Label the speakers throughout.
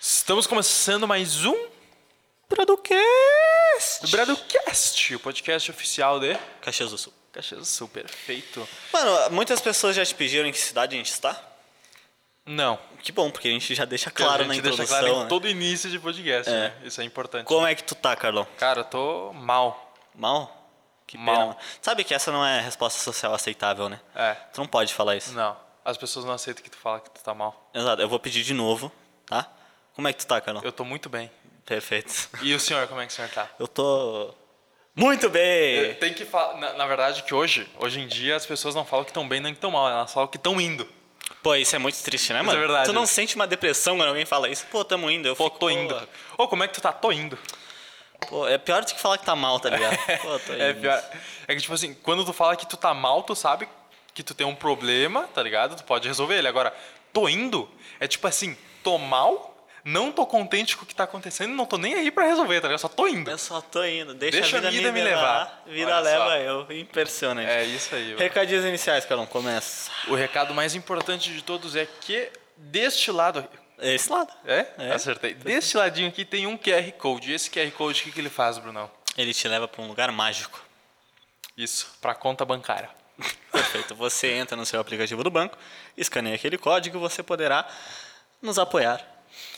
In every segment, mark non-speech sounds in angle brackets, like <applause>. Speaker 1: Estamos começando mais um Braducast! Braducast, o podcast oficial de
Speaker 2: Caxias do Sul.
Speaker 1: Caxias do Sul, perfeito.
Speaker 2: Mano, muitas pessoas já te pediram em que cidade a gente está.
Speaker 1: Não,
Speaker 2: Que bom, porque a gente já deixa claro
Speaker 1: a
Speaker 2: na
Speaker 1: gente deixa
Speaker 2: introdução.
Speaker 1: claro em
Speaker 2: né?
Speaker 1: todo início de podcast, né? Isso é importante.
Speaker 2: Como é que tu tá, Carlão?
Speaker 1: Cara, eu tô mal.
Speaker 2: Mal? Que pena.
Speaker 1: Mal.
Speaker 2: mano. Sabe que essa não é resposta social aceitável, né?
Speaker 1: É,
Speaker 2: Tu não pode falar isso.
Speaker 1: não. As pessoas não aceitam que tu fala que tu tá mal.
Speaker 2: Exato, eu vou pedir de novo, tá? Como é que tu tá, Carlão?
Speaker 1: Eu tô muito bem.
Speaker 2: Perfeito. <laughs>
Speaker 1: E o senhor, como é que o senhor tá?
Speaker 2: Eu tô. Muito bem!
Speaker 1: Tem que falar. Na, na verdade, que hoje, hoje em dia, as pessoas não falam que estão bem nem que estão mal, elas falam que estão indo.
Speaker 2: Pô, isso é muito triste, né, mano?
Speaker 1: é verdade.
Speaker 2: Tu não sente uma depressão quando alguém fala isso? Pô, tamo indo. Eu
Speaker 1: Pô,
Speaker 2: fico,
Speaker 1: tô indo. Ô, como é que tu tá? Tô indo.
Speaker 2: Pô, é pior do que falar que tá mal,
Speaker 1: <laughs>
Speaker 2: tá ligado? Pô, tô indo.
Speaker 1: É pior. É que, tipo assim, quando tu fala que tu tá mal, tu sabe que tu tem um problema, tá ligado? Tu pode resolver ele. Agora, tô indo, é tipo assim, tô mal, não tô contente com o que tá acontecendo, não tô nem aí pra resolver, tá ligado? Só tô indo.
Speaker 2: Eu só tô indo. Deixa,
Speaker 1: Deixa
Speaker 2: a vida, me levar. Vida
Speaker 1: Olha
Speaker 2: leva
Speaker 1: só.
Speaker 2: eu. Impressionante.
Speaker 1: É isso aí. mano.
Speaker 2: Recadinhos iniciais, Carlão. Começa.
Speaker 1: O recado mais importante de todos é que deste lado aqui.
Speaker 2: Esse lado.
Speaker 1: É?
Speaker 2: É.
Speaker 1: Acertei. Deste ladinho aqui tem um QR Code. E esse QR Code, o que, que ele faz, Brunão?
Speaker 2: Ele te leva pra um lugar mágico.
Speaker 1: Isso, pra conta bancária.
Speaker 2: Perfeito. Você entra no seu aplicativo do banco, escaneia aquele código e você poderá nos apoiar.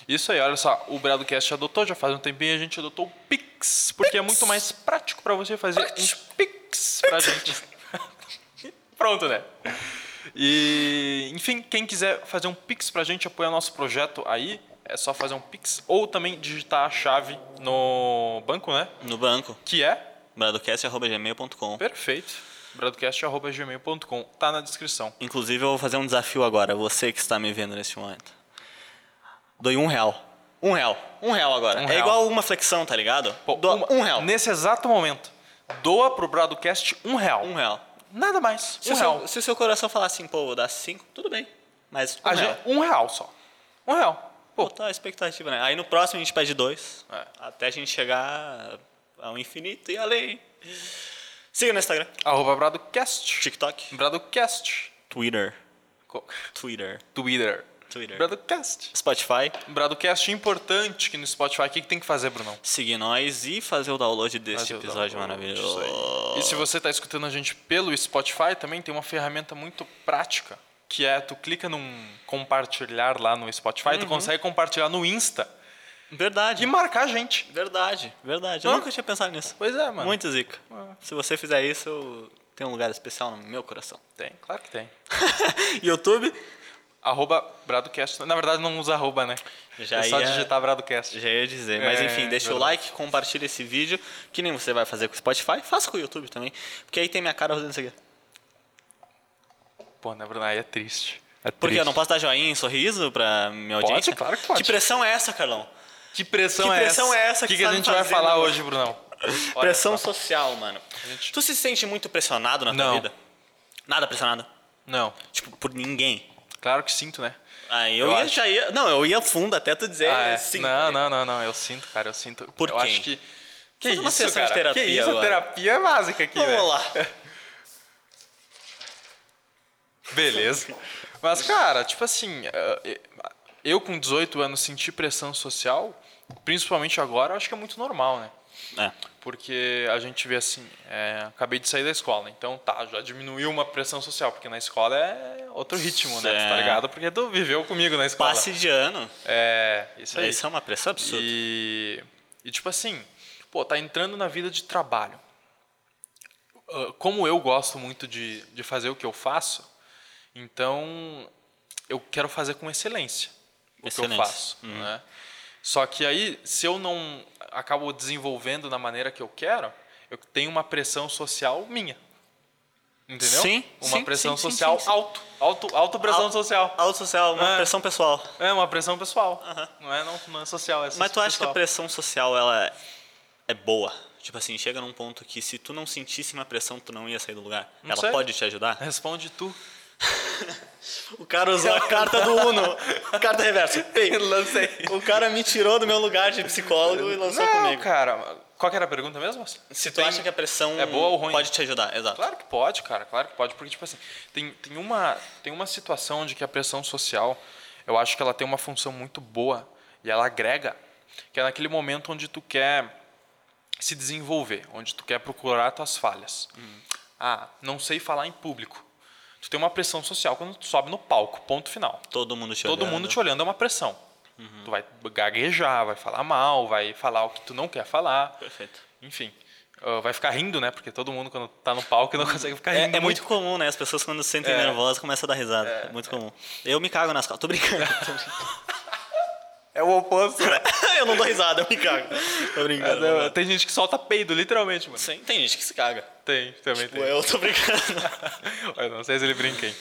Speaker 1: Isso aí, olha só, o Bradocast adotou, já faz um tempinho a gente adotou o Pix, porque é muito mais prático pra você fazer um Pix pra gente. <laughs> Pronto, né? E, enfim, quem quiser fazer um Pix pra gente apoiar nosso projeto aí, é só fazer um Pix ou também digitar a chave no banco, né?
Speaker 2: No banco,
Speaker 1: Que é
Speaker 2: bradocast.gmail.com.
Speaker 1: perfeito. bradocast@gmail.com, tá na descrição.
Speaker 2: Inclusive, eu vou fazer um desafio agora. Você que está me vendo neste momento. Doe um real. Um real. Um real agora.
Speaker 1: Um
Speaker 2: é
Speaker 1: real.
Speaker 2: igual uma flexão, tá ligado?
Speaker 1: Pô,
Speaker 2: Doa
Speaker 1: uma-
Speaker 2: um real.
Speaker 1: Nesse exato momento, doa pro Bradocast um real.
Speaker 2: Um real.
Speaker 1: Nada mais,
Speaker 2: Se,
Speaker 1: um
Speaker 2: o
Speaker 1: real.
Speaker 2: seu, se o seu coração falar assim, pô, vou dar cinco, tudo bem. Mas um
Speaker 1: A
Speaker 2: real.
Speaker 1: gente- um real só. Um real. Pô,
Speaker 2: Botar a expectativa, né? Aí no próximo a gente pede dois.
Speaker 1: É.
Speaker 2: Até a gente chegar ao infinito e além. Siga no Instagram,
Speaker 1: arroba BradoCast.
Speaker 2: TikTok,
Speaker 1: BradoCast.
Speaker 2: Twitter,
Speaker 1: Co-
Speaker 2: Twitter,
Speaker 1: Twitter.
Speaker 2: Twitter,
Speaker 1: BradoCast.
Speaker 2: Spotify.
Speaker 1: BradoCast importante que no Spotify. O que, que tem que fazer, Brunão?
Speaker 2: Seguir nós e fazer o download deste
Speaker 1: Fazer o
Speaker 2: episódio
Speaker 1: download, isso
Speaker 2: maravilhoso.
Speaker 1: aí. E se você está escutando a gente pelo Spotify, também tem uma ferramenta muito prática, que é tu clica num compartilhar lá no Spotify, tu
Speaker 2: Uhum.
Speaker 1: consegue compartilhar no Insta
Speaker 2: Verdade.
Speaker 1: e marcar a gente.
Speaker 2: Verdade, verdade. Eu
Speaker 1: Hã?
Speaker 2: nunca tinha pensado nisso.
Speaker 1: Pois é, mano.
Speaker 2: Muito zica.
Speaker 1: Ah.
Speaker 2: Se você fizer isso, eu- tem um lugar especial no meu coração. <laughs>
Speaker 1: Tem, claro que tem.
Speaker 2: YouTube,
Speaker 1: Arroba BradoCast. Na verdade, não usa arroba, né?
Speaker 2: Já
Speaker 1: é só
Speaker 2: ia-
Speaker 1: digitar BradoCast.
Speaker 2: Já ia dizer, mas
Speaker 1: É,
Speaker 2: enfim, deixa o
Speaker 1: verdade.
Speaker 2: like, compartilha esse vídeo, que nem você vai fazer com o Spotify, faça com o YouTube também, porque aí tem minha cara rodando isso aqui.
Speaker 1: Pô, né, Bruno? Aí é triste. É
Speaker 2: Porque eu
Speaker 1: triste.
Speaker 2: não posso dar joinha, sorriso pra minha
Speaker 1: Pode,
Speaker 2: audiência?
Speaker 1: claro que pode.
Speaker 2: Que pressão é essa, Carlão?
Speaker 1: Que pressão,
Speaker 2: Que
Speaker 1: é,
Speaker 2: pressão
Speaker 1: essa?
Speaker 2: é essa
Speaker 1: O que,
Speaker 2: que
Speaker 1: que a
Speaker 2: tá me
Speaker 1: gente vai
Speaker 2: fazendo,
Speaker 1: falar
Speaker 2: mano?
Speaker 1: hoje, Brunão? Olha
Speaker 2: pressão
Speaker 1: só.
Speaker 2: social, mano.
Speaker 1: gente-
Speaker 2: Tu se sente muito pressionado na
Speaker 1: Não.
Speaker 2: tua vida? Nada pressionado?
Speaker 1: Não.
Speaker 2: Tipo, por ninguém?
Speaker 1: Claro que sinto, né?
Speaker 2: Aí eu,
Speaker 1: Eu
Speaker 2: ia,
Speaker 1: acho.
Speaker 2: já ia... Não, eu ia fundo até tu dizer
Speaker 1: Ah, é.
Speaker 2: sim.
Speaker 1: não, não, não, não. Eu sinto, cara. Eu sinto.
Speaker 2: Por
Speaker 1: eu
Speaker 2: quem?
Speaker 1: acho que. Que
Speaker 2: Faz uma
Speaker 1: isso,
Speaker 2: sessão de
Speaker 1: cara?
Speaker 2: terapia
Speaker 1: que isso?
Speaker 2: agora.
Speaker 1: Terapia é básica aqui,
Speaker 2: Vamos
Speaker 1: velho. <laughs>
Speaker 2: lá.
Speaker 1: Beleza. Mas, cara, tipo assim, eh, eu com 18 anos sentir pressão social, principalmente agora, eu acho que é muito normal, né?
Speaker 2: É.
Speaker 1: Porque a gente vê assim, é, acabei de sair da escola, então tá, já diminuiu uma pressão social, porque na escola é outro ritmo, né? Tu Tá
Speaker 2: Certo.
Speaker 1: ligado? Porque tu viveu comigo na escola.
Speaker 2: Passe de ano,
Speaker 1: É, isso aí.
Speaker 2: isso é uma pressão absurda.
Speaker 1: E, e tipo assim, pô, tá entrando na vida de trabalho. Ah, Como eu gosto muito de, de fazer o que eu faço, então eu quero fazer com excelência o que eu
Speaker 2: Excelência. Uhum.
Speaker 1: faço. Né? Só que aí, se eu não acabo desenvolvendo da maneira que eu quero, eu tenho uma pressão social minha. Entendeu?
Speaker 2: Sim,
Speaker 1: Uma
Speaker 2: sim,
Speaker 1: pressão
Speaker 2: sim, sim,
Speaker 1: social
Speaker 2: sim, sim.
Speaker 1: alto. Alto, alto pressão
Speaker 2: Al-
Speaker 1: social.
Speaker 2: Auto social, uma
Speaker 1: É.
Speaker 2: pressão pessoal.
Speaker 1: É uma pressão pessoal.
Speaker 2: Aham.
Speaker 1: Não, é, não, não é social, é
Speaker 2: Mas tu acha que a
Speaker 1: pessoal.
Speaker 2: pressão social ela é boa? Tipo assim, chega num ponto que se tu não sentisse uma pressão, tu não ia sair do lugar.
Speaker 1: Não
Speaker 2: ela
Speaker 1: sei.
Speaker 2: pode te ajudar?
Speaker 1: Responde tu.
Speaker 2: O cara usou <laughs> a carta do Uno. Carta reversa. <laughs>
Speaker 1: Lancei.
Speaker 2: O cara me tirou do meu lugar de psicólogo e lançou
Speaker 1: Não,
Speaker 2: comigo.
Speaker 1: cara. Qual que era a pergunta mesmo?
Speaker 2: Se tu
Speaker 1: Tem-
Speaker 2: acha que é- a pressão
Speaker 1: é boa ou ruim?
Speaker 2: pode te ajudar, exato.
Speaker 1: Claro que pode, cara. Claro que pode. Porque, tipo assim, tem, tem, uma, tem uma situação de que a pressão social, eu acho que ela tem uma função muito boa E ela agrega, que é naquele momento onde tu quer se desenvolver, onde tu quer procurar tuas falhas.
Speaker 2: Hum.
Speaker 1: Ah, não sei falar em público. Tu tem uma pressão social quando tu sobe no palco, ponto final.
Speaker 2: Todo mundo te
Speaker 1: Todo
Speaker 2: olhando.
Speaker 1: mundo te olhando é uma pressão.
Speaker 2: Uhum.
Speaker 1: Tu vai gaguejar, vai falar mal, vai falar o que tu não quer falar.
Speaker 2: Perfeito.
Speaker 1: Enfim, ah, vai ficar rindo, né? Porque todo mundo quando tá no palco não <laughs> consegue ficar rindo.
Speaker 2: É, é muito comum, né? As pessoas quando se sentem
Speaker 1: É.
Speaker 2: nervosas começam a dar risada. É, muito comum. Eu me cago nas calças. Tô <laughs> brincando.
Speaker 1: É o oposto.
Speaker 2: eu não dou risada, eu me cago. Tô brincando.
Speaker 1: Tem gente que solta peido, literalmente, mano.
Speaker 2: né? Sim, é, tem gente que se caga.
Speaker 1: Tem, também
Speaker 2: Tipo,
Speaker 1: tem.
Speaker 2: eu tô brincando.
Speaker 1: Eu não sei se ele brinca, hein?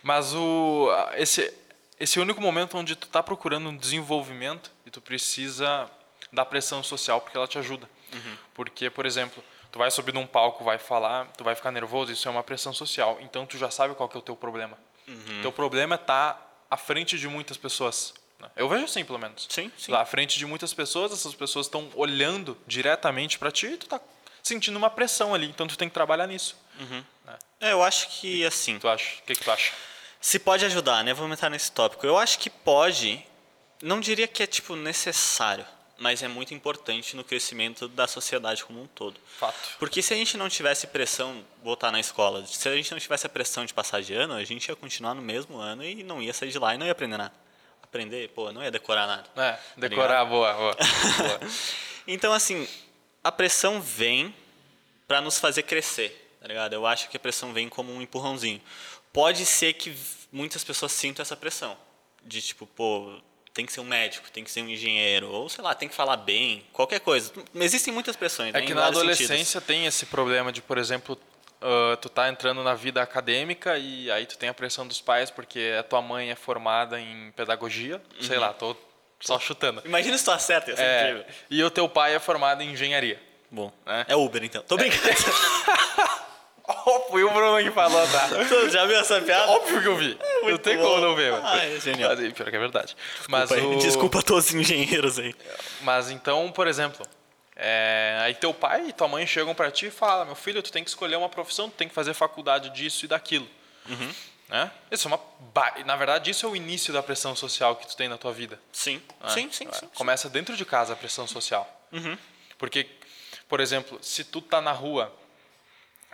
Speaker 1: Mas o, esse, esse é único momento onde tu tá procurando um desenvolvimento e tu precisa da pressão social porque ela te ajuda.
Speaker 2: Uhum.
Speaker 1: Porque, por exemplo, tu vai subir num palco, vai falar, tu vai ficar nervoso, isso é uma pressão social. Então tu já sabe qual que é o teu problema.
Speaker 2: Uhum.
Speaker 1: Teu problema é tá à frente de muitas pessoas. né? Eu vejo assim, pelo menos.
Speaker 2: Sim, sim.
Speaker 1: Lá à frente de muitas pessoas, essas pessoas estão olhando diretamente para ti e tu tá sentindo uma pressão ali. Então tu tem que trabalhar nisso.
Speaker 2: <laughs> É, eu acho que assim.
Speaker 1: Tu acha? O que, que tu acha?
Speaker 2: Se pode ajudar, né? Vou entrar nesse tópico. Eu acho que pode. Não diria que é tipo necessário, mas é muito importante no crescimento da sociedade como um todo.
Speaker 1: Fato.
Speaker 2: Porque se a gente não tivesse pressão voltar na escola, se a gente não tivesse a pressão de passar de ano, a gente ia continuar no mesmo ano e não ia sair de lá e não ia aprender nada. Aprender, pô, não ia decorar nada.
Speaker 1: É, decorar, boa, boa.
Speaker 2: <laughs>
Speaker 1: boa.
Speaker 2: Então, assim, a pressão vem pra nos fazer crescer, tá ligado? Eu acho que a pressão vem como um empurrãozinho. Pode ser que v- muitas pessoas sintam essa pressão. De tipo, pô, tem que ser um médico, tem que ser um engenheiro, ou sei lá, tem que falar bem, qualquer coisa. Existem muitas pressões.
Speaker 1: É
Speaker 2: né,
Speaker 1: que
Speaker 2: em
Speaker 1: na
Speaker 2: vários sentidos.
Speaker 1: adolescência tem esse problema de, por exemplo, ah, tu tá entrando na vida acadêmica e aí tu tem a pressão dos pais porque a tua mãe é formada em pedagogia, sei lá, tô só chutando.
Speaker 2: Imagina se tu acerta, ia ser
Speaker 1: É,
Speaker 2: Uhum. incrível.
Speaker 1: e o teu pai é formado em
Speaker 2: <laughs>
Speaker 1: engenharia.
Speaker 2: Bom,
Speaker 1: É.
Speaker 2: é. Uber então. Tô brincando. <laughs>
Speaker 1: Oh, foi o Bruno que falou, tá?
Speaker 2: Tu já viu essa piada?
Speaker 1: Óbvio que eu vi. não
Speaker 2: É, muito
Speaker 1: tem
Speaker 2: bom.
Speaker 1: como não ver, mano.
Speaker 2: Ah, é genial.
Speaker 1: Mas, Pior que é verdade. Mas
Speaker 2: Desculpa, aí,
Speaker 1: o-
Speaker 2: <laughs> Desculpa a todos os engenheiros aí.
Speaker 1: Mas então, por exemplo, é, aí teu pai e tua mãe chegam pra ti e falam: meu filho, tu tem que escolher uma profissão, tu tem que fazer faculdade disso e daquilo.
Speaker 2: Uhum.
Speaker 1: Né? Isso é uma. ba- Na verdade, isso é o início da pressão social que tu tem na tua vida.
Speaker 2: Sim,
Speaker 1: né?
Speaker 2: sim, sim, sim. Uhum.
Speaker 1: Começa dentro de casa a pressão social. Porque, por exemplo, se tu tá na rua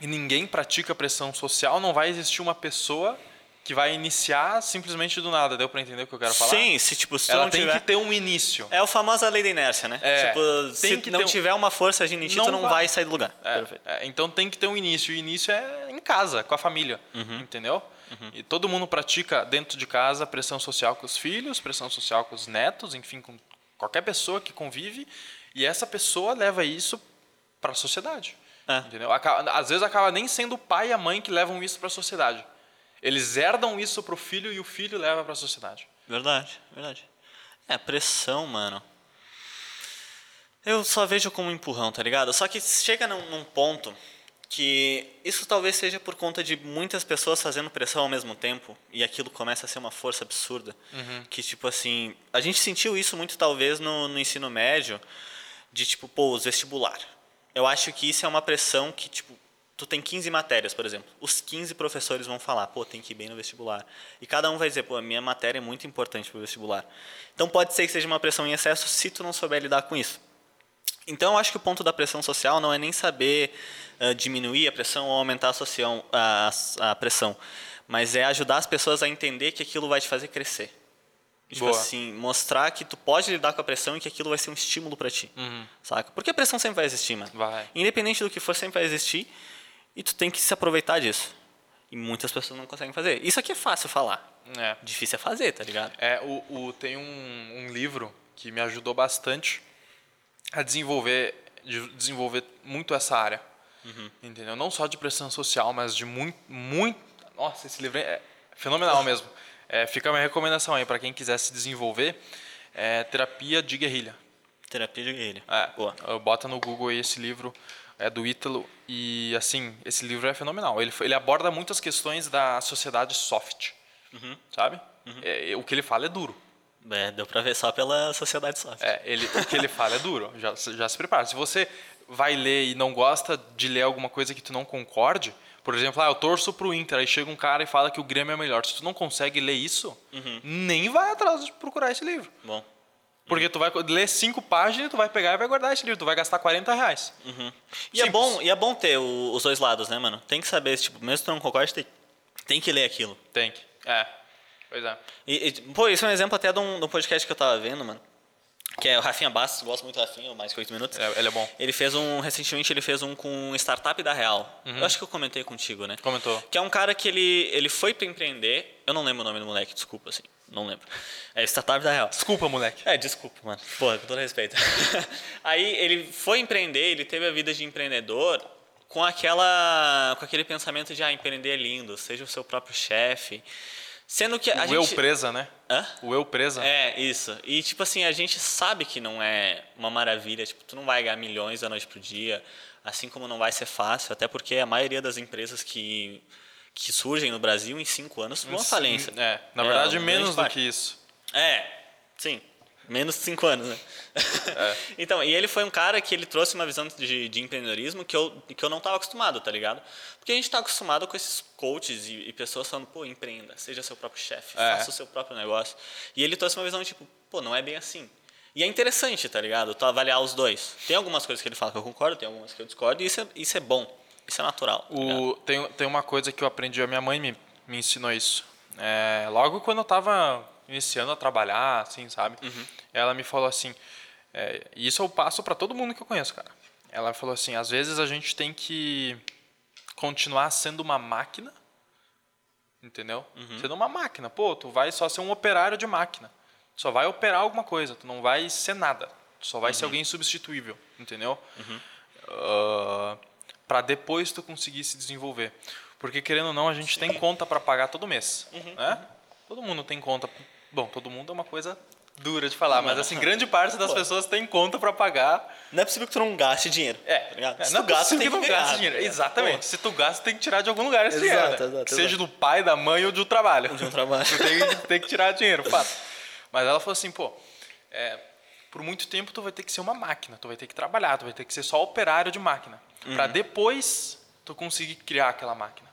Speaker 1: e ninguém pratica pressão social, não vai existir uma pessoa que vai iniciar simplesmente do nada. Deu pra entender o que eu quero falar?
Speaker 2: Sim, se tipo, se tu
Speaker 1: Ela
Speaker 2: não
Speaker 1: tem
Speaker 2: tiver...
Speaker 1: que ter um início.
Speaker 2: É o famosa lei da inércia, né?
Speaker 1: É,
Speaker 2: tipo, se
Speaker 1: tem que
Speaker 2: não
Speaker 1: ter um-
Speaker 2: tiver uma força de ti, tu
Speaker 1: Não
Speaker 2: não
Speaker 1: vai.
Speaker 2: vai... sair do lugar.
Speaker 1: É, é, então tem que ter um início. E o início é em casa, com a família. Entendeu? E todo mundo pratica dentro de casa pressão social com os filhos, pressão social com os netos, enfim, com qualquer pessoa que convive. E essa pessoa leva isso para a sociedade.
Speaker 2: É.
Speaker 1: Entendeu? Acaba- às vezes acaba nem sendo o pai e a mãe que levam isso para a sociedade. Eles herdam isso para o filho e o filho leva para a sociedade.
Speaker 2: Verdade, verdade. É, pressão, mano. Eu só vejo como um empurrão, tá ligado? Só que chega num, num ponto que isso talvez seja por conta de muitas pessoas fazendo pressão ao mesmo tempo e aquilo começa a ser uma força absurda. Que, tipo assim, a gente sentiu isso muito talvez no, no ensino médio de, tipo, pô, os vestibular. Eu acho que isso é uma pressão que, tipo, tu tem 15 matérias, por exemplo. Os 15 professores vão falar, pô, tem que ir bem no vestibular. E cada um vai dizer, pô, a minha matéria é muito importante pro vestibular. Então pode ser que seja uma pressão em excesso se tu não souber lidar com isso. Então, eu acho que o ponto da pressão social não é nem saber ah, diminuir a pressão ou aumentar a, social, a, a pressão, mas é ajudar as pessoas a entender que aquilo vai te fazer crescer. Tipo
Speaker 1: Boa.
Speaker 2: assim, mostrar que tu pode lidar com a pressão e que aquilo vai ser um estímulo para ti, saca? Porque a pressão sempre vai existir, mano.
Speaker 1: Vai.
Speaker 2: Independente do que for, sempre vai existir e tu tem que se aproveitar disso. E muitas pessoas não conseguem fazer. Isso aqui é fácil falar,
Speaker 1: É.
Speaker 2: difícil é fazer, tá ligado?
Speaker 1: É, o, o- tem um, um livro que me ajudou bastante a desenvolver, de- desenvolver muito essa área. Entendeu? Não só de pressão social, mas de muito, muito. Nossa, esse livro é fenomenal mesmo. É, fica a minha recomendação aí para quem quiser se desenvolver. É, Terapia de Guerrilha.
Speaker 2: Terapia de guerrilha.
Speaker 1: É,
Speaker 2: Boa.
Speaker 1: eu- Bota no Google aí esse livro, é do Ítalo, e assim, esse livro é fenomenal. Ele, ele aborda muitas questões da sociedade soft, sabe? É, o que ele fala é duro.
Speaker 2: É, deu pra ver só pela sociedade soft.
Speaker 1: É, ele, o que ele fala é duro, já, se- já se prepara. Se você vai ler e não gosta de ler alguma coisa que tu não concorde, por exemplo, ah, eu torço pro Inter, aí chega um cara e fala que o Uhum. Grêmio é melhor. Se tu não consegue ler isso, nem vai atrás de procurar esse livro.
Speaker 2: Bom.
Speaker 1: Porque tu vai ler cinco páginas, tu vai pegar e vai guardar esse livro. Tu vai gastar 40 reais.
Speaker 2: E é,
Speaker 1: Simples.
Speaker 2: bom, e é bom ter o- os dois lados, né, mano? Tem que saber, tipo, mesmo que tu não concorde, tem, tem que ler aquilo.
Speaker 1: Tem que. É. Pois é.
Speaker 2: E, e, pô, isso é um exemplo até de um, de um podcast que eu tava vendo, mano. Que é o Rafinha Bastos, gosto muito do Rafinha, o mais que oito minutos.
Speaker 1: É, Ele é bom.
Speaker 2: Ele fez um, recentemente, ele fez um com startup da Real. Eu acho que eu comentei contigo, né?
Speaker 1: Uhum. Comentou.
Speaker 2: Que é um cara que ele, ele foi pra empreender. Eu não lembro o nome do moleque, desculpa, assim. Não lembro. É startup da Real.
Speaker 1: Desculpa, moleque.
Speaker 2: É, desculpa, mano. Porra, com todo respeito. <laughs> Aí ele foi empreender, ele teve a vida de empreendedor com aquela com aquele pensamento de ah, empreender é lindo, seja o seu próprio chefe. Sendo que a
Speaker 1: o eu
Speaker 2: gente
Speaker 1: presa, né?
Speaker 2: Hã?
Speaker 1: O eu presa.
Speaker 2: É, isso. E tipo assim, a gente sabe que não é uma maravilha, tipo, tu não vai ganhar milhões da noite pro dia, assim como não vai ser fácil, até porque a maioria das empresas que que surgem no Brasil em cinco anos vão à falência.
Speaker 1: É. Na verdade,
Speaker 2: uma grande
Speaker 1: menos do
Speaker 2: parte.
Speaker 1: que isso.
Speaker 2: É, sim. Menos de 5 anos, né?
Speaker 1: É.
Speaker 2: <laughs> então, e ele foi um cara que ele trouxe uma visão de, de empreendedorismo que eu, que eu não estava acostumado, tá ligado? Porque a gente está acostumado com esses coaches e, e pessoas falando, pô, empreenda, seja seu próprio chefe,
Speaker 1: É.
Speaker 2: faça o seu próprio negócio. E ele trouxe uma visão tipo, pô, não é bem assim. E é interessante, tá ligado? Tu avaliar os dois. Tem algumas coisas que ele fala que eu concordo, tem algumas que eu discordo, e isso é, isso é bom. Isso é natural. tá ligado?
Speaker 1: O, tem, tem uma coisa que eu aprendi, a minha mãe me, me ensinou isso. É, logo quando eu tava iniciando a trabalhar, assim, sabe? Ela me falou assim, é, e isso eu passo para todo mundo que eu conheço, cara. Ela falou assim, às vezes a gente tem que continuar sendo uma máquina, entendeu? Sendo uma máquina. Pô, tu vai só ser um operário de máquina. Tu só vai operar alguma coisa, tu não vai ser nada. Tu só vai ser alguém substituível, entendeu? para Ah, depois tu conseguir se desenvolver. Porque querendo ou não, a gente tem conta para pagar todo mês, né? Todo mundo tem conta. Bom, todo mundo é uma coisa dura de falar, mas assim, grande parte das
Speaker 2: Pô.
Speaker 1: pessoas tem conta para pagar.
Speaker 2: Não é possível que tu não gaste dinheiro.
Speaker 1: É,
Speaker 2: tá ligado?
Speaker 1: é,
Speaker 2: Se
Speaker 1: não é
Speaker 2: tu gasta,
Speaker 1: possível
Speaker 2: tem
Speaker 1: que não
Speaker 2: ganhar,
Speaker 1: gaste
Speaker 2: tá
Speaker 1: dinheiro.
Speaker 2: ligado?
Speaker 1: Exatamente. Se tu gasta, tem que tirar de algum lugar esse
Speaker 2: Exato,
Speaker 1: dinheiro. né?
Speaker 2: exato,
Speaker 1: Que seja
Speaker 2: exato.
Speaker 1: do pai, da mãe ou de um trabalho.
Speaker 2: De um trabalho.
Speaker 1: Tu tem, tem que tirar dinheiro, fato. Mas ela falou assim, pô, é, por muito tempo tu vai ter que ser uma máquina, tu vai ter que trabalhar, tu vai ter que ser só operário de máquina. Pra
Speaker 2: Uhum.
Speaker 1: depois tu conseguir criar aquela máquina.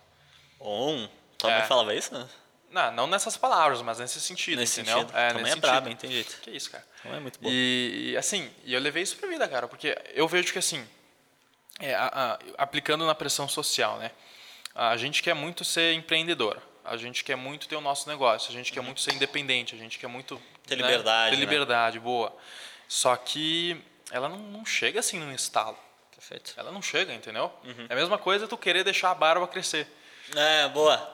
Speaker 2: Bom, tua
Speaker 1: É.
Speaker 2: mãe um, falava isso? né?
Speaker 1: Não, não nessas palavras, mas nesse sentido,
Speaker 2: Nesse
Speaker 1: entendeu?
Speaker 2: sentido. Tua mãe é braba, hein? Tem jeito.
Speaker 1: Que isso, cara.
Speaker 2: Não é muito bom.
Speaker 1: E, e, assim, e eu levei isso pra vida, cara, porque eu vejo que assim, é, a- a- aplicando na pressão social, né? A gente quer muito ser empreendedor, a gente quer muito ter o nosso negócio, a gente quer muito ser independente, a gente quer muito
Speaker 2: Uhum. Ter
Speaker 1: né,
Speaker 2: liberdade,
Speaker 1: ter
Speaker 2: né?
Speaker 1: liberdade, boa. Só que ela não, não chega assim num estalo.
Speaker 2: Perfeito.
Speaker 1: Ela não chega, entendeu?
Speaker 2: Uhum.
Speaker 1: É a mesma coisa tu querer deixar a barba crescer.
Speaker 2: É, boa.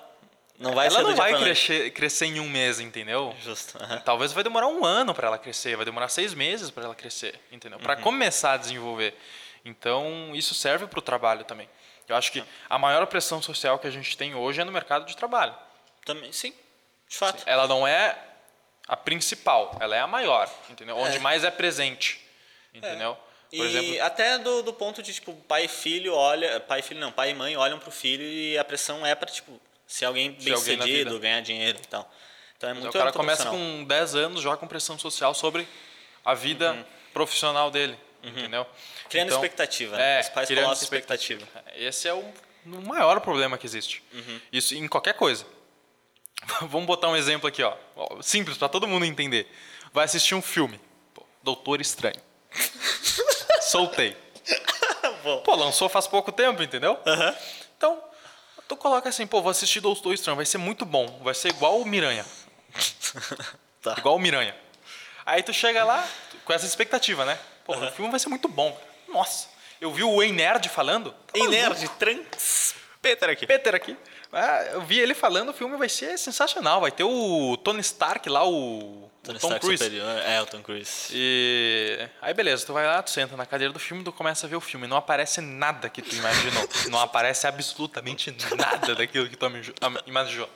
Speaker 2: Não vai
Speaker 1: ela
Speaker 2: ser
Speaker 1: não
Speaker 2: do né? dia
Speaker 1: vai
Speaker 2: pra noite.
Speaker 1: crescer, crescer em um mês, entendeu?
Speaker 2: Justo. aham.
Speaker 1: Talvez vai demorar um ano para ela crescer, vai demorar seis meses para ela crescer, entendeu? Para
Speaker 2: Uhum.
Speaker 1: começar a desenvolver. Então, isso serve para o trabalho também. Eu acho que a maior pressão social que a gente tem hoje é no mercado de trabalho.
Speaker 2: Também, sim. De fato.
Speaker 1: Ela não é a principal, ela é a maior, entendeu? Onde
Speaker 2: É.
Speaker 1: mais é presente, entendeu?
Speaker 2: E
Speaker 1: Por exemplo,
Speaker 2: até do, do ponto de, tipo, pai e filho olha... Pai e filho não, pai e mãe olham pro filho e a pressão é pra, tipo, ser alguém
Speaker 1: Ser alguém na
Speaker 2: bem-sucedido,
Speaker 1: vida.
Speaker 2: ganhar dinheiro e tal. Então é muito
Speaker 1: o cara começa
Speaker 2: profissional.
Speaker 1: com 10 anos já com pressão social sobre a vida profissional dele, entendeu?
Speaker 2: Uhum. Criando
Speaker 1: Então,
Speaker 2: expectativa,
Speaker 1: é,
Speaker 2: né? Os pais
Speaker 1: criando
Speaker 2: colocam expectativa. Uhum.
Speaker 1: Esse é o, o maior problema que existe. Isso em qualquer coisa. <laughs> Vamos botar um exemplo aqui, ó. Ó, Simples pra todo mundo entender. Vai assistir um filme. Pô, Doutor Estranho.
Speaker 2: <laughs>
Speaker 1: Soltei.
Speaker 2: Bom.
Speaker 1: Pô, lançou faz pouco tempo, entendeu? Então, tu coloca assim, pô, vou assistir Doutor Estranho, vai ser muito bom. Vai ser igual o Miranha.
Speaker 2: <laughs> Tá.
Speaker 1: Igual o Miranha. Aí tu chega lá com essa expectativa, né? Pô, o filme vai ser muito bom. Nossa, eu vi o Wayne Nerd falando. Tá
Speaker 2: Ei,
Speaker 1: maluco?
Speaker 2: nerd, trans... Peter aqui.
Speaker 1: <laughs> Peter aqui. Ah, eu vi ele falando, o filme vai ser sensacional. Vai ter o Tony Stark lá, o, o
Speaker 2: Tony
Speaker 1: Tom
Speaker 2: Stark
Speaker 1: Cruise.
Speaker 2: superior. É, o Tom Cruise.
Speaker 1: E aí beleza, tu vai lá, tu senta na cadeira do filme, tu começa a ver o filme, não aparece nada que tu imaginou, não aparece absolutamente nada daquilo que tu amiju- am- imaginou.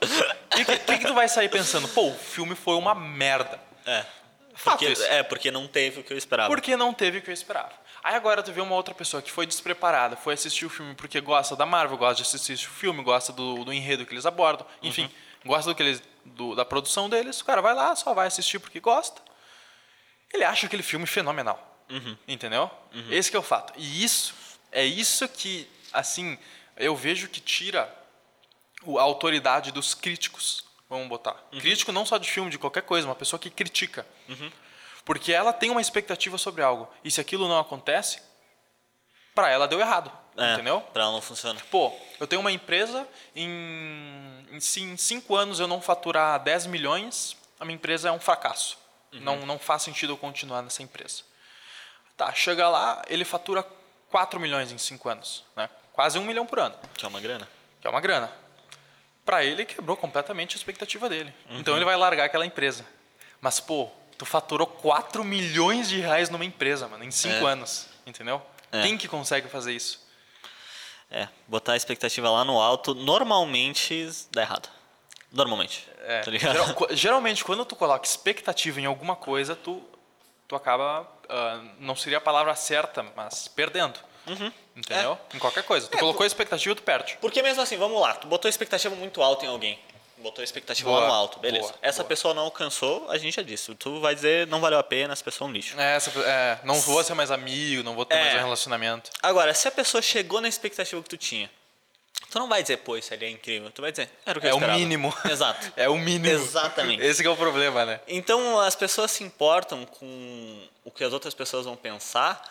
Speaker 1: E o que, que, que tu vai sair pensando? Pô, o filme foi uma merda.
Speaker 2: É.
Speaker 1: Fato
Speaker 2: Porque,
Speaker 1: isso.
Speaker 2: é, porque não teve o que eu esperava.
Speaker 1: Porque não teve o que eu esperava. Aí agora tu vê uma outra pessoa que foi despreparada, foi assistir o filme porque gosta da Marvel, gosta de assistir o filme, gosta do, do enredo que eles abordam, enfim, gosta do que eles, do- da produção deles. O cara vai lá, só vai assistir porque gosta. Ele acha aquele filme fenomenal. Entendeu? Esse que é o fato. E isso, é isso que, assim, eu vejo que tira o- a autoridade dos críticos, vamos botar. Crítico não só de filme, de qualquer coisa, uma pessoa que critica. Porque ela tem uma expectativa sobre algo. E se aquilo não acontece, pra ela deu errado.
Speaker 2: É,
Speaker 1: Entendeu?
Speaker 2: Pra ela não funciona.
Speaker 1: Pô, eu tenho uma empresa, em, em, se em cinco anos eu não faturar 10 milhões, a minha empresa é um fracasso. Não, não faz sentido eu continuar nessa empresa. Tá, chega lá, ele fatura 4 milhões em cinco anos, né? Quase um milhão por ano,
Speaker 2: Que é uma grana.
Speaker 1: que é uma grana. Pra ele, quebrou completamente a expectativa dele. Então ele vai largar aquela empresa. Mas, pô, tu faturou 4 milhões de reais numa empresa, mano, em cinco
Speaker 2: É.
Speaker 1: anos, entendeu?
Speaker 2: É.
Speaker 1: Quem que consegue fazer isso?
Speaker 2: É, botar a expectativa lá no alto normalmente dá errado. Normalmente.
Speaker 1: É,
Speaker 2: Tá ligado?
Speaker 1: geral- co- geralmente, quando tu coloca expectativa em alguma coisa, tu, tu acaba. ah, não seria a palavra certa, mas perdendo. Entendeu? Em qualquer coisa. Uhum. É. Tu colocou expectativa, tu perde.
Speaker 2: <laughs> Porque mesmo assim, vamos lá, tu botou a expectativa muito alta em alguém. Botou a expectativa
Speaker 1: Boa,
Speaker 2: lá no alto, beleza.
Speaker 1: boa,
Speaker 2: Essa
Speaker 1: boa.
Speaker 2: pessoa não alcançou, a gente já disse. Tu vai dizer não valeu a pena, essa pessoa é um lixo.
Speaker 1: É, essa- é, não vou ser mais amigo, não vou ter
Speaker 2: É.
Speaker 1: mais um relacionamento.
Speaker 2: Agora, se a pessoa chegou na expectativa que tu tinha, tu não vai dizer, pô, isso ali é incrível. Tu vai dizer, era o que eu
Speaker 1: É o
Speaker 2: esperava.
Speaker 1: mínimo.
Speaker 2: Exato.
Speaker 1: <laughs> É o mínimo.
Speaker 2: Exatamente.
Speaker 1: Esse que é o problema, né?
Speaker 2: Então as pessoas se importam com o que as outras pessoas vão pensar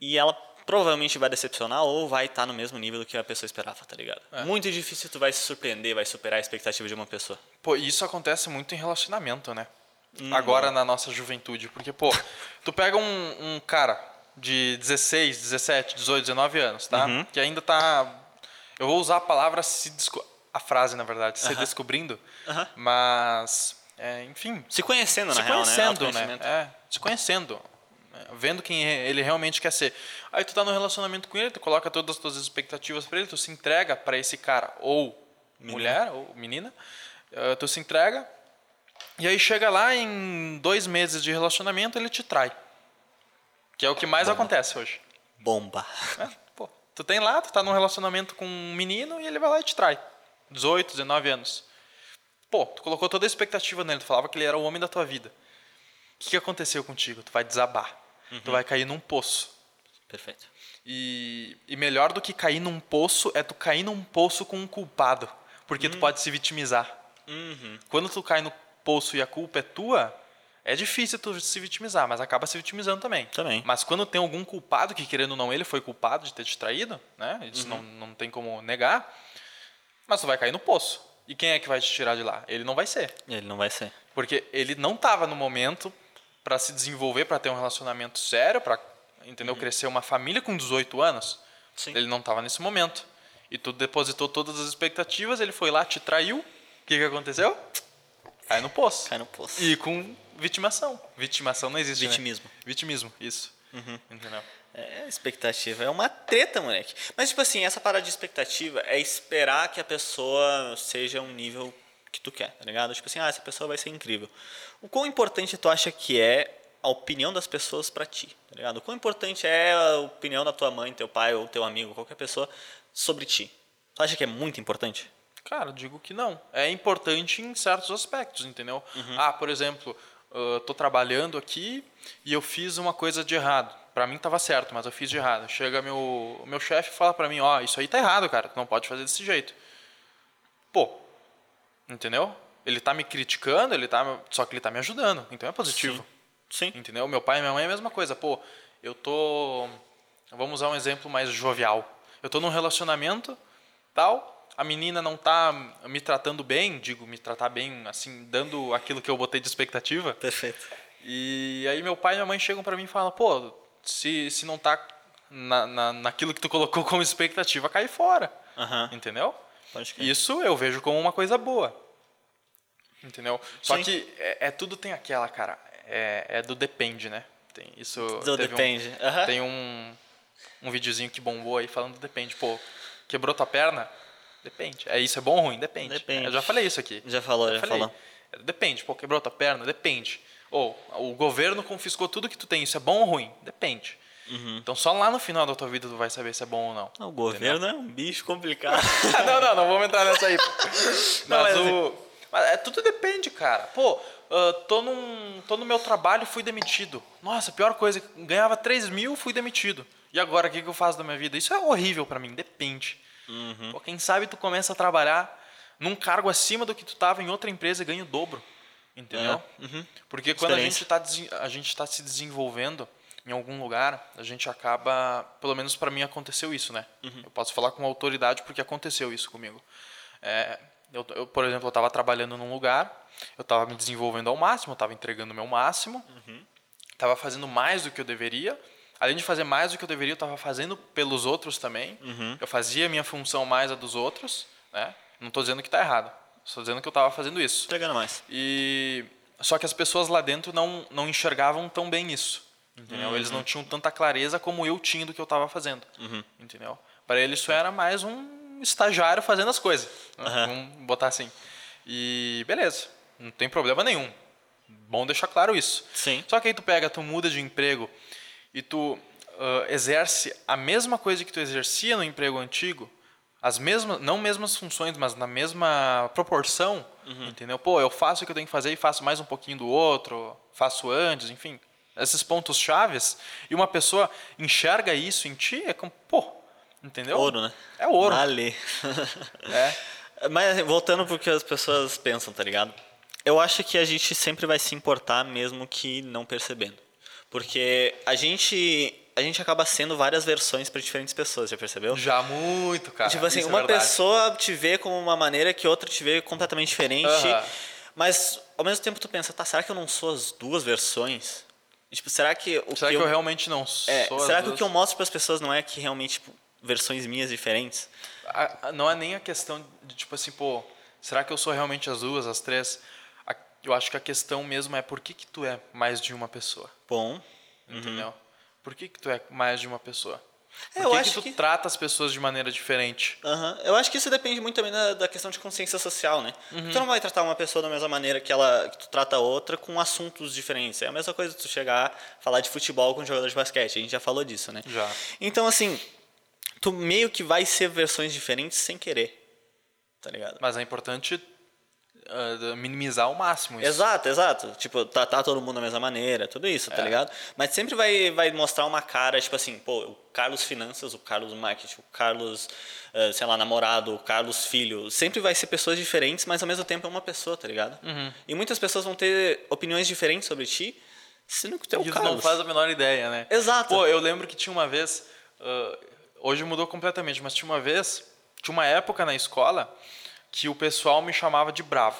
Speaker 2: e ela provavelmente vai decepcionar ou vai estar no mesmo nível do que a pessoa esperava, tá ligado? Muito difícil tu vai se surpreender, vai superar a expectativa de uma pessoa.
Speaker 1: Pô, e isso acontece muito em relacionamento, né?
Speaker 2: Uhum.
Speaker 1: Agora na nossa juventude. Porque, pô, tu pega um, um cara de 16, 17, 18, 19 anos, tá?
Speaker 2: Uhum.
Speaker 1: Que ainda tá. Eu vou usar a palavra se. desco- A frase, na verdade, se descobrindo.
Speaker 2: Aham.
Speaker 1: Mas. é, enfim,
Speaker 2: Se conhecendo,
Speaker 1: se
Speaker 2: na
Speaker 1: conhecendo,
Speaker 2: real, né?
Speaker 1: né?
Speaker 2: Autoconhecimento.
Speaker 1: É, se conhecendo. né? Vendo quem é- ele realmente quer ser. Aí tu tá no relacionamento com ele, tu coloca todas as tuas expectativas pra ele, tu se entrega pra esse cara ou mulher ou menina, eh, tu se entrega. E aí chega lá em dois meses de relacionamento, ele te trai. Que é o que mais acontece hoje.
Speaker 2: É. Bomba.
Speaker 1: né? Pô, tu tem lá, tu tá num relacionamento com um menino e ele vai lá e te trai. 18, 19 anos. Pô, tu colocou toda a expectativa nele, tu falava que ele era o homem da tua vida. O que, que aconteceu contigo? Tu vai desabar. Tu vai cair num poço.
Speaker 2: Perfeito.
Speaker 1: E, e melhor do que cair num poço é tu cair num poço com um culpado. Porque tu pode se vitimizar.
Speaker 2: Uhum.
Speaker 1: Quando tu cai no poço e a culpa é tua, é difícil tu se vitimizar, mas acaba se vitimizando também.
Speaker 2: Também.
Speaker 1: Mas quando tem algum culpado, que querendo ou não, ele foi culpado de ter te traído, né? Isso
Speaker 2: Uhum.
Speaker 1: não, não tem como negar. Mas tu vai cair no poço. E quem é que vai te tirar de lá? Ele não vai ser.
Speaker 2: Ele não vai ser.
Speaker 1: Porque ele não estava no momento para se desenvolver, para ter um relacionamento sério, para entendeu? Crescer uma família com 18 anos.
Speaker 2: Uhum. Sim.
Speaker 1: Ele não estava nesse momento. E tu depositou todas as expectativas, ele foi lá, te traiu. O que, que aconteceu? Cai no poço.
Speaker 2: Cai no poço.
Speaker 1: E com vitimação. Vitimação não existe, né?
Speaker 2: Vitimismo.
Speaker 1: Vitimismo, isso. Entendeu?
Speaker 2: É, expectativa é uma treta, moleque. Mas, tipo assim, essa parada de expectativa é esperar que a pessoa seja um nível que tu quer, tá ligado? Tipo assim, ah, essa pessoa vai ser incrível. O quão importante tu acha que é a opinião das pessoas pra ti, tá ligado? O quão importante é a opinião da tua mãe, teu pai ou teu amigo, qualquer pessoa, sobre ti? Tu acha que é muito importante?
Speaker 1: Cara, eu digo que não. É importante em certos aspectos, entendeu? Ah, por exemplo, eu tô trabalhando aqui e eu fiz uma coisa de errado. Pra mim tava certo, mas eu fiz de errado. Chega meu meu chefe e fala pra mim, ó, isso aí tá errado, cara. Tu não pode fazer desse jeito. Pô, entendeu? Ele tá me criticando, ele tá só que ele tá me ajudando, então é positivo.
Speaker 2: Sim.
Speaker 1: Entendeu? Meu pai e minha mãe é a mesma coisa. Pô, eu tô. Vamos usar um exemplo mais jovial. Eu tô num relacionamento, tal, a menina não tá me tratando bem, digo, me tratar bem, assim, dando aquilo que eu botei de expectativa.
Speaker 2: Perfeito.
Speaker 1: E aí meu pai e minha mãe chegam pra mim e falam, pô, se, se não tá na, na, naquilo que tu colocou como expectativa, cai fora.
Speaker 2: Aham.
Speaker 1: Entendeu?
Speaker 2: Pode crer.
Speaker 1: É. Isso eu vejo como uma coisa boa. Entendeu? Só
Speaker 2: Sim.
Speaker 1: que é, é tudo tem aquela, cara. É, é do depende, né? Tem isso.
Speaker 2: Do
Speaker 1: teve um-
Speaker 2: Então, depende. Aham.
Speaker 1: Tem um, um videozinho que bombou aí falando do depende. Pô, quebrou tua perna? Depende. É isso, é bom ou ruim? Depende.
Speaker 2: Depende.
Speaker 1: Eu já falei isso aqui.
Speaker 2: Já falou,
Speaker 1: Eu
Speaker 2: já
Speaker 1: falei.
Speaker 2: falou.
Speaker 1: É, Depende, pô, quebrou tua perna? Depende. Ou o governo confiscou tudo que tu tem, isso é bom ou ruim? Depende.
Speaker 2: Uhum.
Speaker 1: Então só lá no final da tua vida tu vai saber se é bom ou não.
Speaker 2: O governo é um bicho complicado. <laughs>
Speaker 1: Ah, <laughs> não, não, não vamos entrar nessa aí. pô.
Speaker 2: Não,
Speaker 1: mas,
Speaker 2: mas
Speaker 1: o. Mas é, tudo depende, cara. Pô, ah, tô, num, tô no meu trabalho fui demitido. Nossa, pior coisa, ganhava 3 mil, fui demitido. E agora, o que, que eu faço da minha vida? Isso é horrível pra mim, depende.
Speaker 2: Uhum.
Speaker 1: Pô, quem sabe tu começa a trabalhar num cargo acima do que tu tava em outra empresa e ganha o dobro. Entendeu?
Speaker 2: É, uhum.
Speaker 1: Porque quando a
Speaker 2: Experiência.
Speaker 1: gente, tá, desen- a gente tá se desenvolvendo em algum lugar, a gente acaba. Pelo menos para mim aconteceu isso, né?
Speaker 2: Uhum.
Speaker 1: Eu posso falar com autoridade porque aconteceu isso comigo. É, eu, eu, por exemplo, eu estava trabalhando num lugar, eu estava me desenvolvendo ao máximo, eu estava entregando o meu máximo, estava fazendo mais do que eu deveria. Além de fazer mais do que eu deveria, eu estava fazendo pelos outros também. Eu fazia a minha função mais a dos outros. Né? Não estou dizendo que está errado, estou dizendo que eu estava fazendo isso.
Speaker 2: Entregando mais.
Speaker 1: E só que as pessoas lá dentro não não enxergavam tão bem isso, entendeu? Eles não tinham tanta clareza como eu tinha do que eu estava fazendo, entendeu? Para eles isso era mais um estagiário fazendo as coisas, né?
Speaker 2: Aham.
Speaker 1: vamos botar assim. E beleza, não tem problema nenhum. Bom deixar claro isso.
Speaker 2: Sim.
Speaker 1: Só que aí tu pega, tu muda de emprego e tu ah, exerce a mesma coisa que tu exercia no emprego antigo, as mesmas, não mesmas funções, mas na mesma proporção,
Speaker 2: Uhum.
Speaker 1: entendeu? Pô, eu faço o que eu tenho que fazer e faço mais um pouquinho do outro, faço antes, enfim, esses pontos chaves e uma pessoa enxerga isso em ti é como, pô, entendeu?
Speaker 2: Ouro, né?
Speaker 1: É ouro.
Speaker 2: Vale.
Speaker 1: É.
Speaker 2: <laughs> Mas assim, voltando pro que as pessoas pensam, tá ligado? Eu acho que a gente sempre vai se importar mesmo que não percebendo. Porque a gente a gente acaba sendo várias versões para diferentes pessoas, já percebeu?
Speaker 1: Já muito, cara.
Speaker 2: tipo assim,
Speaker 1: Isso é
Speaker 2: uma
Speaker 1: verdade.
Speaker 2: pessoa te vê como uma maneira que outra te vê completamente diferente.
Speaker 1: Aham.
Speaker 2: Mas ao mesmo tempo tu pensa, tá, será que eu não sou as duas versões? E, tipo, será que o
Speaker 1: Será que,
Speaker 2: que,
Speaker 1: eu realmente não sou?
Speaker 2: é,
Speaker 1: as
Speaker 2: será que o
Speaker 1: duas?
Speaker 2: que eu mostro para as pessoas não é que realmente tipo, versões minhas diferentes?
Speaker 1: A- a- não é nem a questão de tipo assim, pô, será que eu sou realmente as duas, as três? A- eu acho que a questão mesmo é por que que tu é mais de uma pessoa,
Speaker 2: Bom, Uhum.
Speaker 1: entendeu? Por que que tu é mais de uma pessoa? Por
Speaker 2: É, eu
Speaker 1: que
Speaker 2: acho
Speaker 1: que tu
Speaker 2: que-
Speaker 1: trata as pessoas de maneira diferente?
Speaker 2: Aham. Eu acho que isso depende muito também da, da questão de consciência social, né? Tu não vai tratar uma pessoa da mesma maneira que, ela, que tu trata a outra com assuntos diferentes. É a mesma coisa tu chegar a falar de futebol com um jogador de basquete. A gente já falou disso, né?
Speaker 1: Já.
Speaker 2: Então, assim, tu meio que vai ser versões diferentes sem querer. Tá ligado?
Speaker 1: Mas é importante ah, minimizar ao máximo isso.
Speaker 2: Exato, exato. Tipo, tratar todo mundo da mesma maneira, tudo isso,
Speaker 1: É.
Speaker 2: tá ligado? Mas sempre vai, vai mostrar uma cara, tipo assim, pô, o Carlos Finanças, o Carlos Marketing, o Carlos, eh, sei lá, namorado, o Carlos Filho. Sempre vai ser pessoas diferentes, mas ao mesmo tempo é uma pessoa, tá ligado?
Speaker 1: Uhum.
Speaker 2: E muitas pessoas vão ter opiniões diferentes sobre ti, sendo que tu é o
Speaker 1: E tu
Speaker 2: Carlos.
Speaker 1: não faz a menor ideia, né?
Speaker 2: Exato.
Speaker 1: Pô, eu lembro que tinha uma vez. ah, hoje mudou completamente, mas tinha uma vez. Tinha uma época na escola que o pessoal me chamava de bravo.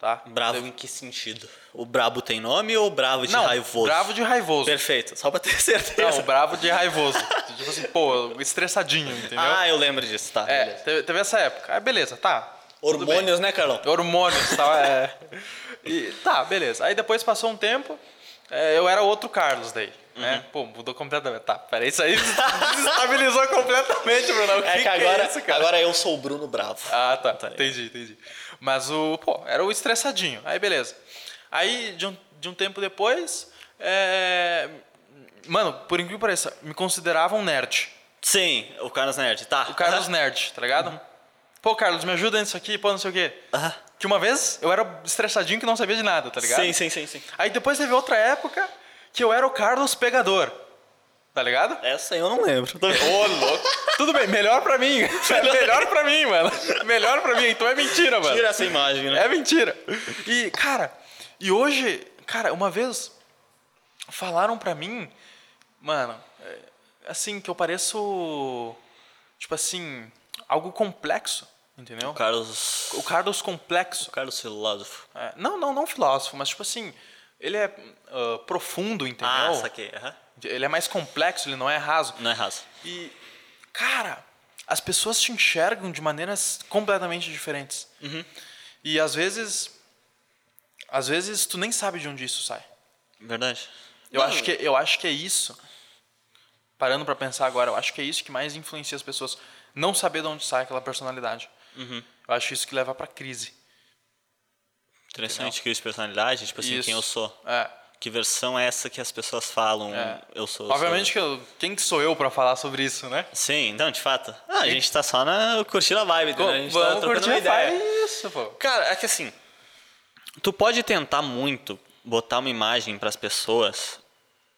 Speaker 1: Tá?
Speaker 2: Bravo em que sentido? O brabo tem nome ou o bravo de
Speaker 1: não,
Speaker 2: raivoso?
Speaker 1: bravo de raivoso.
Speaker 2: Perfeito, só pra ter <laughs>
Speaker 1: Não,
Speaker 2: certeza.
Speaker 1: bravo de raivoso. <laughs> tipo assim, pô, estressadinho, entendeu?
Speaker 2: ah, eu lembro disso, tá.
Speaker 1: é,
Speaker 2: beleza.
Speaker 1: teve, teve essa época. Ah, beleza, tá. tudo bem.
Speaker 2: Hormônios, né, Carlão?
Speaker 1: Hormônios, tá? É. E, tá, beleza. Aí depois passou um tempo, é, eu era outro Carlos daí.
Speaker 2: Uhum.
Speaker 1: Né? Pô, mudou completamente. Tá, peraí, isso aí <laughs> desestabilizou completamente, Bruno. O que,
Speaker 2: É que
Speaker 1: que
Speaker 2: agora,
Speaker 1: é isso, cara?
Speaker 2: agora eu sou o Bruno Bravo.
Speaker 1: Ah, tá. entendi, entendi. Mas o, pô, era o estressadinho. Aí, beleza. Aí, de um, de um tempo depois, é... Mano, por incrível que pareça, me consideravam um nerd.
Speaker 2: Sim, o Carlos Nerd, tá.
Speaker 1: O Carlos nerd, tá ligado? Pô, Carlos, me ajuda nisso aqui, pô, não sei o quê.
Speaker 2: Aham.
Speaker 1: Que uma vez eu era estressadinho que não sabia de nada, tá ligado?
Speaker 2: Ah. Sim, sim, sim, sim.
Speaker 1: Aí depois teve outra época que eu era o Carlos pegador. Tá ligado?
Speaker 2: Essa eu não lembro.
Speaker 1: Ô, louco. Tudo bem, melhor pra mim. <laughs> melhor pra mim, mano. Melhor pra mim. Então é mentira, mano.
Speaker 2: Tira essa imagem, né?
Speaker 1: É mentira. E, cara, e hoje, cara, uma vez falaram pra mim, mano, é, assim, que eu pareço, tipo assim, algo complexo, entendeu?
Speaker 2: O Carlos.
Speaker 1: O Carlos complexo.
Speaker 2: O Carlos Filósofo.
Speaker 1: É, não, não, não filósofo, mas tipo assim, ele é ah, profundo, entendeu?
Speaker 2: Ah, saquei. Aham.
Speaker 1: Ele é mais complexo, ele não é raso.
Speaker 2: Não é raso.
Speaker 1: E, cara, as pessoas te enxergam de maneiras completamente diferentes.
Speaker 2: Uhum.
Speaker 1: E às vezes. Às vezes tu nem sabe de onde isso sai.
Speaker 2: Verdade.
Speaker 1: Eu,
Speaker 2: Mano,
Speaker 1: acho que, eu acho que é isso. Parando pra pensar agora, eu acho que é isso que mais influencia as pessoas. Não saber de onde sai aquela personalidade.
Speaker 2: Uhum.
Speaker 1: Eu acho isso que leva pra crise.
Speaker 2: Interessante que isso de personalidade, tipo assim,
Speaker 1: Isso.
Speaker 2: quem eu sou.
Speaker 1: É.
Speaker 2: Que versão é essa que as pessoas falam?
Speaker 1: É.
Speaker 2: Eu sou. eu
Speaker 1: Obviamente
Speaker 2: sou.
Speaker 1: que eu, quem que sou eu pra falar sobre isso, né?
Speaker 2: Sim, não, de fato. Ah, a gente tá só na curtindo a vibe, né? A gente tá
Speaker 1: Vamos
Speaker 2: trocando
Speaker 1: curtir
Speaker 2: uma
Speaker 1: a
Speaker 2: ideia.
Speaker 1: vibe, isso, pô.
Speaker 2: Cara, é que assim, tu pode tentar muito botar uma imagem pras pessoas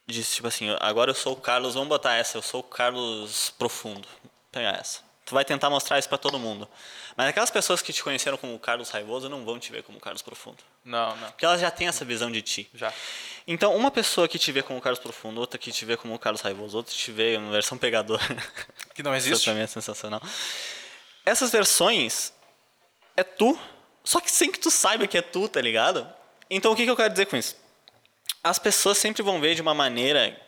Speaker 2: de tipo assim, agora eu sou o Carlos, vamos botar essa, eu sou o Carlos profundo. Vou pegar essa. Tu vai tentar mostrar isso pra todo mundo. Mas aquelas pessoas que te conheceram como Carlos Raivoso não vão te ver como Carlos Profundo.
Speaker 1: Não, não.
Speaker 2: Porque elas já têm essa visão de ti.
Speaker 1: Já.
Speaker 2: Então, uma pessoa que te vê como Carlos Profundo, outra que te vê como Carlos Raivoso, outra que te vê uma versão pegadora. <laughs>
Speaker 1: Que não
Speaker 2: Isso
Speaker 1: existe.
Speaker 2: também é sensacional. Essas versões é tu, só que sem que tu saiba que é tu, tá ligado? Então o que, que eu quero dizer com isso? As pessoas sempre vão ver de uma maneira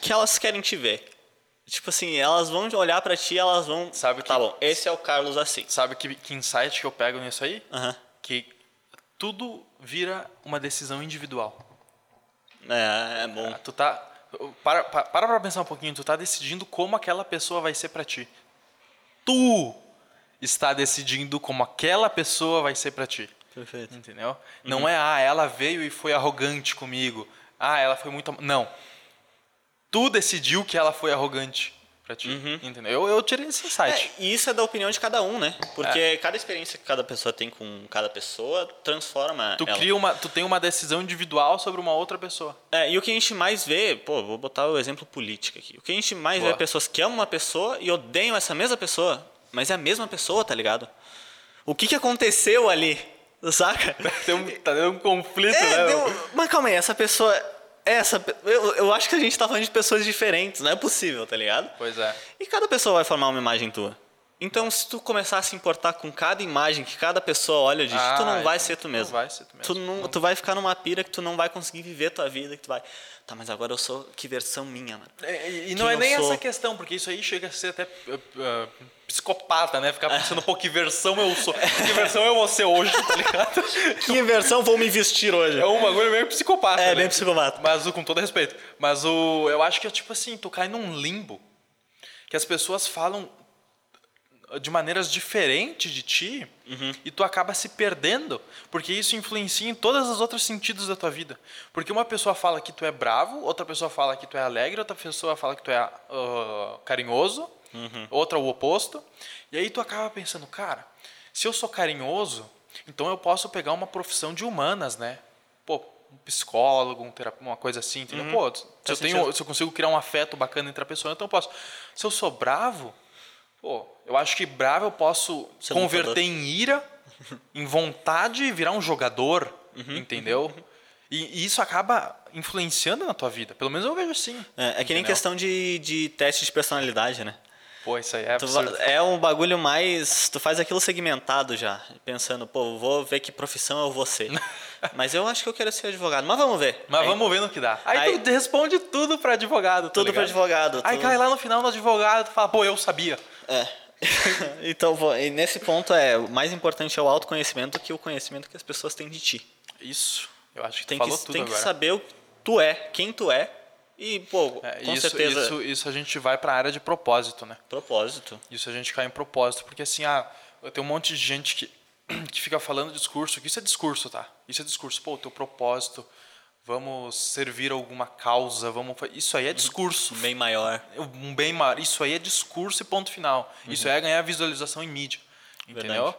Speaker 2: que elas querem te ver. Tipo assim, elas vão olhar pra ti, elas vão.
Speaker 1: Sabe
Speaker 2: Tá
Speaker 1: que-
Speaker 2: bom, esse é o Carlos assim.
Speaker 1: Sabe que, que insight que eu pego nisso aí?
Speaker 2: Aham.
Speaker 1: Que tudo vira uma decisão individual.
Speaker 2: É, é bom.
Speaker 1: Tu tá. Para, para, para pra pensar um pouquinho, tu tá decidindo como aquela pessoa vai ser pra ti. Tu está decidindo como aquela pessoa vai ser pra ti.
Speaker 2: Perfeito.
Speaker 1: Entendeu?
Speaker 2: Uhum.
Speaker 1: Não é, ah, ela veio e foi arrogante comigo. Ah, ela foi muito. am-" Não. Tu decidiu que ela foi arrogante pra ti.
Speaker 2: Uhum.
Speaker 1: Entendeu? Eu, eu tirei esse insight.
Speaker 2: É, e isso é da opinião de cada um, né? Porque
Speaker 1: É.
Speaker 2: cada experiência que cada pessoa tem com cada pessoa transforma.
Speaker 1: tu,
Speaker 2: É, ela.
Speaker 1: cria uma, tu tem uma decisão individual sobre uma outra pessoa.
Speaker 2: É, e o que a gente mais vê, pô, vou botar o exemplo política aqui. O que a gente mais
Speaker 1: Boa.
Speaker 2: vê é pessoas que amam uma pessoa e odeiam essa mesma pessoa, mas é a mesma pessoa, tá ligado? O que que aconteceu ali?
Speaker 1: <laughs>
Speaker 2: Saca?
Speaker 1: Tem um, tá dando um conflito,
Speaker 2: É,
Speaker 1: né?
Speaker 2: deu- Mas calma aí, essa pessoa. Essa, pe- eu, eu acho que a gente tá falando de pessoas diferentes, não é possível, tá ligado?
Speaker 1: Pois é.
Speaker 2: E cada pessoa vai formar uma imagem tua. Então, se tu começar a se importar com cada imagem que cada pessoa olha de ti,
Speaker 1: Ah,
Speaker 2: tu não vai
Speaker 1: então
Speaker 2: ser tu
Speaker 1: não
Speaker 2: mesmo.
Speaker 1: vai ser tu mesmo.
Speaker 2: Tu, não- tu vai ficar numa pira que tu não vai conseguir viver tua vida, que tu vai... Tá, mas agora eu sou... Que versão minha,
Speaker 1: <laughs>
Speaker 2: mano?
Speaker 1: É, E, e não
Speaker 2: Quem
Speaker 1: é
Speaker 2: eu
Speaker 1: nem
Speaker 2: sou.
Speaker 1: essa questão, porque isso aí chega a ser até eh, eh, psicopata, né? Ficar pensando, pô, que versão eu sou, que versão eu vou ser hoje, tá ligado?
Speaker 2: Que versão vou me vestir hoje?
Speaker 1: É um bagulho meio psicopata.
Speaker 2: É,
Speaker 1: né?
Speaker 2: bem psicopata.
Speaker 1: Mas o- com todo respeito. Mas o, eu acho que é tipo assim, tu cai num limbo que as pessoas falam de maneiras diferentes de ti
Speaker 2: Uhum.
Speaker 1: e tu acaba se perdendo, porque isso influencia em todos os outros sentidos da tua vida. Porque uma pessoa fala que tu é bravo, outra pessoa fala que tu é alegre, outra pessoa fala que tu é ah, carinhoso,
Speaker 2: Uhum.
Speaker 1: outra o oposto. E aí tu acaba pensando, cara, se eu sou carinhoso, então eu posso pegar uma profissão de humanas, né? Pô, um psicólogo, um terapeuta, uma coisa assim, entendeu? Pô, se eu,
Speaker 2: Uhum. Faz
Speaker 1: tenho,
Speaker 2: sentido.
Speaker 1: se eu consigo criar um afeto bacana entre a pessoa, então eu posso. Se eu sou bravo, Pô, eu acho que bravo eu posso
Speaker 2: Ser um
Speaker 1: converter
Speaker 2: lutador.
Speaker 1: em ira, em vontade e virar um jogador,
Speaker 2: Uhum.
Speaker 1: entendeu? E, e isso acaba influenciando na tua vida. Pelo menos eu vejo assim.
Speaker 2: É, é que nem
Speaker 1: Entendeu?
Speaker 2: questão de, de teste de personalidade, né?
Speaker 1: Pô, isso aí é
Speaker 2: Tu va-
Speaker 1: absurdo.
Speaker 2: é um bagulho mais. Tu faz aquilo segmentado já, pensando, pô, vou ver que profissão eu
Speaker 1: <laughs>
Speaker 2: vou ser. Mas eu acho que eu quero ser advogado. Mas vamos ver.
Speaker 1: Mas
Speaker 2: Aí,
Speaker 1: vamos ver no que dá. Aí,
Speaker 2: é. aí-
Speaker 1: tu responde tudo pra advogado. tá
Speaker 2: Tudo pra
Speaker 1: ligado?
Speaker 2: advogado.
Speaker 1: Aí
Speaker 2: tu-
Speaker 1: cai lá no final no advogado e fala, pô, eu sabia.
Speaker 2: É. <laughs> então, vou- e nesse ponto é o mais importante é o autoconhecimento que o conhecimento que as pessoas têm de ti.
Speaker 1: Isso. Eu acho que tu
Speaker 2: Tem
Speaker 1: falou
Speaker 2: que,
Speaker 1: tudo
Speaker 2: tem que
Speaker 1: agora.
Speaker 2: saber o que tu é, quem tu é e, pô,
Speaker 1: É,
Speaker 2: com
Speaker 1: isso,
Speaker 2: certeza
Speaker 1: isso, isso a gente vai pra área de propósito, né?
Speaker 2: propósito.
Speaker 1: Isso a gente cai em propósito, porque assim, ah, tem um monte de gente que, que <clears throat> fica falando discurso, que isso é discurso, tá? Isso é discurso. Pô, o teu propósito, vamos servir alguma causa, vamos. fa- Isso
Speaker 2: Uhum.
Speaker 1: aí é discurso.
Speaker 2: Bem maior.
Speaker 1: Um bem maior. Isso aí é discurso e ponto final. Isso aí é ganhar visualização em mídia. Entendeu?
Speaker 2: Uhum. Verdade.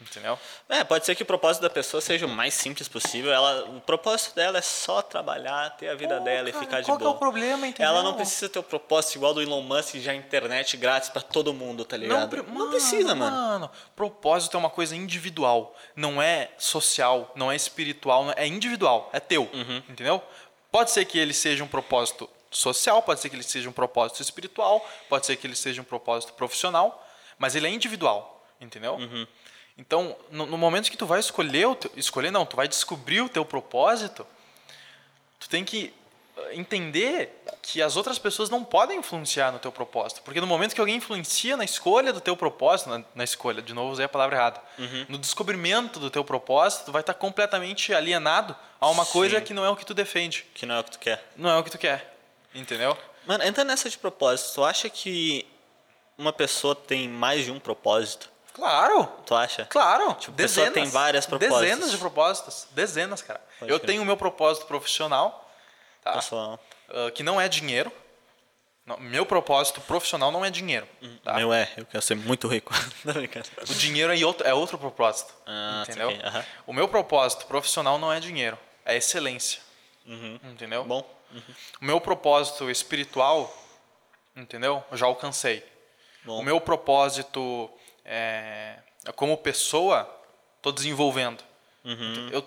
Speaker 1: Entendeu?
Speaker 2: É, pode ser que o propósito da pessoa seja o mais simples possível. Ela, o propósito dela é só trabalhar, ter a vida dela e ficar de
Speaker 1: qual
Speaker 2: boa.
Speaker 1: que é o problema, entendeu?
Speaker 2: Ela não precisa ter o propósito igual do Elon Musk já internet grátis pra todo mundo, tá
Speaker 1: Não,
Speaker 2: ligado?
Speaker 1: pre-
Speaker 2: precisa, mano.
Speaker 1: Propósito é uma coisa individual. Não é social, não é espiritual, não- é individual, é teu.
Speaker 2: Uhum.
Speaker 1: Entendeu? Pode ser que ele seja um propósito social, pode ser que ele seja um propósito espiritual, pode ser que ele seja um propósito profissional, mas ele é individual, entendeu?
Speaker 2: Uhum.
Speaker 1: Então, no, no momento que tu vai escolher o teu, escolher não, tu vai descobrir o teu propósito, tu tem que eh, entender que as outras pessoas não podem influenciar no teu propósito. Porque no momento que alguém influencia na escolha do teu propósito, na, na escolha, de novo usei a palavra errada, no descobrimento do teu propósito, tu vai estar completamente alienado a uma coisa que não é o que tu defende,
Speaker 2: Que não é o que tu quer.
Speaker 1: não é o que tu quer. Entendeu?
Speaker 2: Mano, entra nessa de propósito. Tu acha que uma pessoa tem mais de um propósito?
Speaker 1: Claro!
Speaker 2: Tu acha?
Speaker 1: Claro.
Speaker 2: Tipo, a pessoa tem várias propostas.
Speaker 1: Dezenas de propostas. Dezenas, cara.
Speaker 2: Pode
Speaker 1: eu
Speaker 2: crer.
Speaker 1: tenho o meu propósito profissional, tá?
Speaker 2: Pessoal,
Speaker 1: Ah, que não é dinheiro. Não, meu propósito profissional não é dinheiro. tá?
Speaker 2: meu é, eu quero ser
Speaker 1: <laughs>
Speaker 2: muito rico. não, brincadeira.
Speaker 1: O dinheiro é outro, é outro propósito.
Speaker 2: Ah,
Speaker 1: entendeu?
Speaker 2: saquei, aham.
Speaker 1: O meu propósito profissional não é dinheiro, é excelência. Entendeu?
Speaker 2: Uhum. é Bom,
Speaker 1: O meu propósito espiritual, entendeu? Eu já alcancei.
Speaker 2: Bom.
Speaker 1: O meu propósito é, como pessoa, tô desenvolvendo. Eu-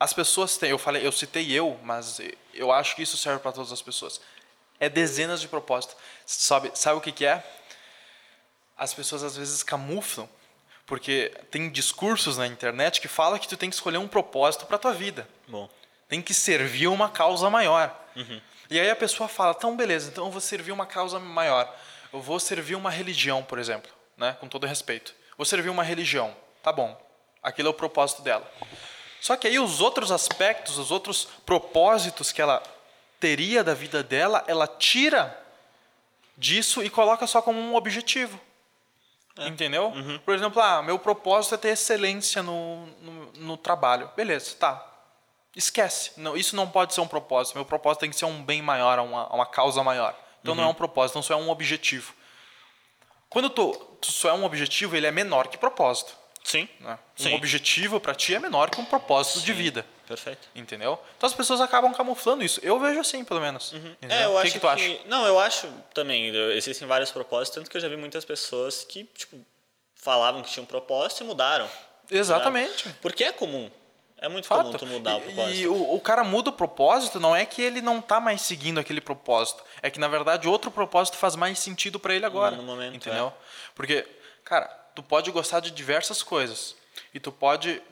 Speaker 1: as pessoas têm, eu falei, eu citei eu, mas eu acho que isso serve para todas as pessoas. É dezenas de propósitos. Sabe, sabe o que, que é? As pessoas às vezes camuflam, porque tem discursos na internet que fala que tu tem que escolher um propósito para tua vida
Speaker 2: Bom.
Speaker 1: tem que servir uma causa maior. E aí a pessoa fala, então beleza, então eu vou servir uma causa maior. Eu vou servir uma religião, por exemplo, né? com todo respeito. Vou servir uma religião, tá bom. Aquilo é o propósito dela. Só que aí os outros aspectos, os outros propósitos que ela teria da vida dela, ela tira disso e coloca só como um objetivo. Entendeu? Por exemplo, ah, meu propósito é ter excelência no, no, no trabalho. Beleza, tá. Esquece. Não, isso não pode ser um propósito. Meu propósito tem que ser um bem maior, uma, uma causa maior. Então
Speaker 2: Uhum.
Speaker 1: não é um propósito, então só é um objetivo. Quando tu, tu só é um objetivo, ele é menor que propósito.
Speaker 2: Sim.
Speaker 1: né?
Speaker 2: Sim.
Speaker 1: Um objetivo para ti é menor que um propósito de vida.
Speaker 2: Perfeito.
Speaker 1: Entendeu? Então as pessoas acabam camuflando isso. Eu vejo assim, pelo menos. Entendeu?
Speaker 2: É, eu
Speaker 1: o que,
Speaker 2: acho
Speaker 1: que tu acha?
Speaker 2: Não, eu acho também. eu- Existem vários propósitos, tanto que eu já vi muitas pessoas que, tipo, falavam que tinham um propósito e mudaram. né?
Speaker 1: Exatamente.
Speaker 2: Porque é comum. É muito
Speaker 1: Fato.
Speaker 2: comum tu mudar
Speaker 1: e,
Speaker 2: o propósito.
Speaker 1: E o, o cara muda o propósito, não é que ele não tá mais seguindo aquele propósito. É que, na verdade, outro propósito faz mais sentido para ele agora.
Speaker 2: No momento, é.
Speaker 1: Entendeu? Porque, cara, tu pode gostar de diversas coisas. E tu pode.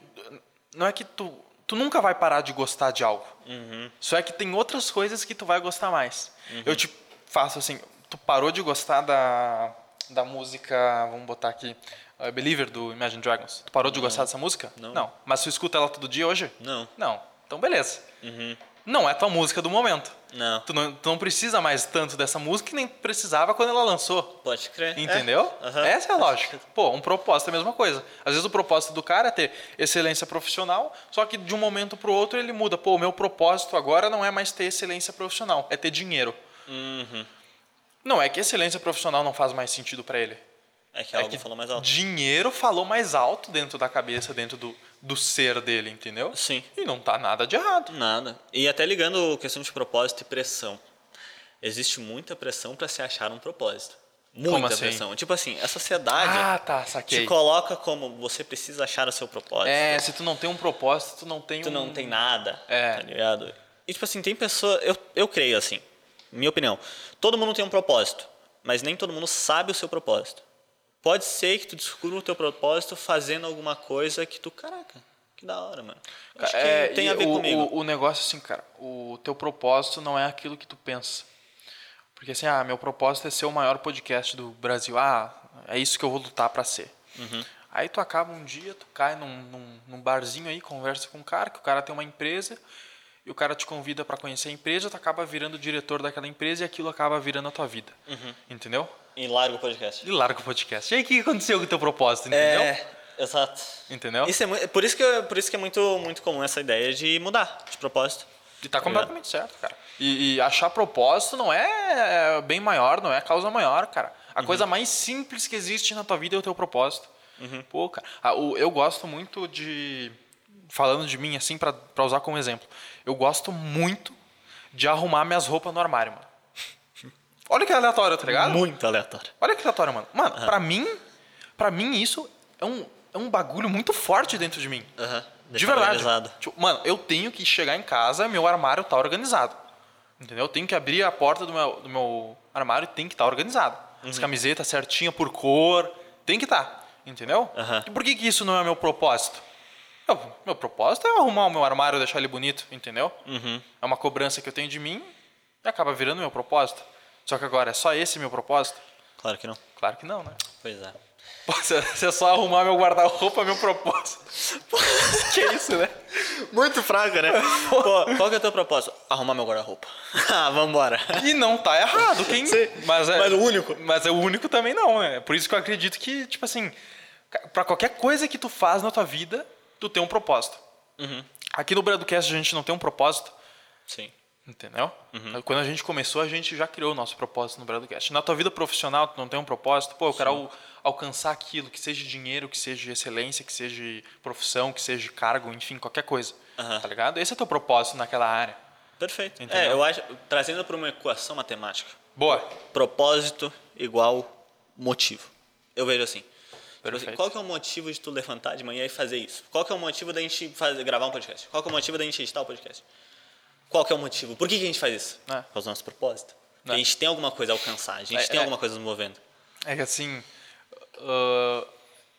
Speaker 1: Não é que tu. Tu nunca vai parar de gostar de algo.
Speaker 2: Uhum.
Speaker 1: Só é que tem outras coisas que tu vai gostar mais. Eu te faço assim, tu parou de gostar da, da música, vamos botar aqui, eh, Believer do Imagine Dragons. Tu parou de gostar dessa música?
Speaker 2: Não.
Speaker 1: Mas tu escuta ela todo dia hoje?
Speaker 2: Não.
Speaker 1: Não. Então beleza.
Speaker 2: Uhum.
Speaker 1: Não é tua música do momento.
Speaker 2: Não.
Speaker 1: Tu não, tu não precisa mais tanto dessa música que nem precisava quando ela lançou.
Speaker 2: Pode crer.
Speaker 1: Entendeu?
Speaker 2: É. Aham.
Speaker 1: Essa é a lógica. Pô, um propósito é a mesma coisa. Às vezes o propósito do cara é ter excelência profissional, só que de um momento pro outro ele muda. Pô, o meu propósito agora não é mais ter excelência profissional, é ter dinheiro.
Speaker 2: Uhum.
Speaker 1: Não é que excelência profissional não faz mais sentido para ele.
Speaker 2: É que
Speaker 1: É
Speaker 2: algo
Speaker 1: que
Speaker 2: falou mais alto.
Speaker 1: dinheiro falou mais alto dentro da cabeça, dentro do, do ser dele, entendeu?
Speaker 2: Sim.
Speaker 1: E não tá nada de errado.
Speaker 2: Nada. E até ligando a questão de propósito e pressão. Existe muita pressão para se achar um propósito. Muita
Speaker 1: Como assim?
Speaker 2: pressão. Tipo assim, a sociedade
Speaker 1: Ah, tá,
Speaker 2: te
Speaker 1: saquei.
Speaker 2: coloca como você precisa achar o seu propósito.
Speaker 1: É, se tu não tem um propósito, tu não tem
Speaker 2: tu
Speaker 1: um...
Speaker 2: não tem nada,
Speaker 1: É.
Speaker 2: tá ligado? E tipo assim, tem pessoa, eu, eu creio assim, minha opinião, todo mundo tem um propósito, mas nem todo mundo sabe o seu propósito. Pode ser que tu descubra o teu propósito fazendo alguma coisa que tu, caraca, que da hora, mano. Acho que
Speaker 1: É,
Speaker 2: tem
Speaker 1: e
Speaker 2: a ver
Speaker 1: o,
Speaker 2: comigo.
Speaker 1: O, o negócio assim, cara, o teu propósito não é aquilo que tu pensa. Porque assim, ah, meu propósito é ser o maior podcast do Brasil. Ah, é isso que eu vou lutar pra ser.
Speaker 2: Uhum.
Speaker 1: Aí tu acaba um dia, tu cai num, num, num barzinho aí, conversa com um cara, que o cara tem uma empresa, e o cara te convida pra conhecer a empresa, tu acaba virando diretor daquela empresa e aquilo acaba virando a tua vida.
Speaker 2: Uhum.
Speaker 1: Entendeu?
Speaker 2: E larga o podcast.
Speaker 1: E larga o podcast. E aí o que aconteceu com o teu propósito, entendeu?
Speaker 2: É, exato.
Speaker 1: Entendeu?
Speaker 2: Isso é, mui- por isso que, eu- por isso que é muito, muito comum essa ideia de mudar de propósito.
Speaker 1: E tá completamente certo, cara. E, e achar propósito não é é, bem maior, não é causa maior, cara. A coisa mais simples que existe na tua vida é o teu propósito. Pô, cara. ah, o- eu gosto muito de. Falando de mim, assim, pra, pra usar como exemplo. Eu gosto muito de arrumar minhas roupas no armário, mano. <laughs> Olha que aleatório, tá ligado?
Speaker 2: Muito aleatório.
Speaker 1: Olha que aleatório, mano. Mano, pra mim, pra mim isso é um, é um bagulho muito forte dentro de mim.
Speaker 2: Aham.
Speaker 1: De
Speaker 2: Deixar
Speaker 1: verdade.
Speaker 2: organizado.
Speaker 1: Tipo, mano, eu tenho que chegar em casa, meu armário tá organizado. Entendeu? Eu tenho que abrir a porta do meu, do meu armário e tem que estar organizado. As camisetas certinhas por cor, tem que estar. entendeu?
Speaker 2: Aham.
Speaker 1: E por que, que isso não é meu propósito? Eu- meu propósito é arrumar o meu armário, deixar ele bonito, entendeu? É uma cobrança que eu tenho de mim e acaba virando meu propósito. Só que agora é só esse meu propósito?
Speaker 2: Claro que não.
Speaker 1: Claro que não, né? <laughs>
Speaker 2: Pois é.
Speaker 1: Pô, se, se é só arrumar meu guarda-roupa, meu propósito. <laughs> que isso, né?
Speaker 2: Muito fraca, né? <laughs> Pô, qual que é o teu propósito? Arrumar meu guarda-roupa. <laughs> ah, vambora.
Speaker 1: E não tá errado, quem.
Speaker 2: Sim, mas o único.
Speaker 1: Mas é o único também não, né? Por isso que eu acredito que, tipo assim, ca- pra qualquer coisa que tu faz na tua vida, tu tem um propósito.
Speaker 2: Uhum.
Speaker 1: Aqui no Bradcast a gente não tem um propósito,
Speaker 2: Sim.
Speaker 1: entendeu?
Speaker 2: Uhum.
Speaker 1: Quando a gente começou, a gente já criou o nosso propósito no Bradcast. Na tua vida profissional, tu não tem um propósito, pô, eu quero al- alcançar aquilo, que seja dinheiro, que seja excelência, que seja profissão, que seja cargo, enfim, qualquer coisa.
Speaker 2: Aham.
Speaker 1: Tá ligado? Esse é teu propósito naquela área.
Speaker 2: Perfeito.
Speaker 1: Entendeu?
Speaker 2: É, eu acho, trazendo para uma equação matemática,
Speaker 1: Boa.
Speaker 2: propósito igual motivo. Eu vejo assim. Tipo assim,
Speaker 1: Perfeito.
Speaker 2: Qual que é o motivo de tu levantar de manhã e fazer isso? Qual que é o motivo da gente fazer, gravar um podcast? Qual que é o motivo da gente editar o podcast? Qual que é o motivo? Por que, que a gente faz isso?
Speaker 1: É.
Speaker 2: Por causa do nosso propósito. Porque
Speaker 1: É.
Speaker 2: a gente tem alguma coisa a alcançar, a gente
Speaker 1: É,
Speaker 2: tem
Speaker 1: é.
Speaker 2: alguma coisa nos movendo.
Speaker 1: É que assim. ah,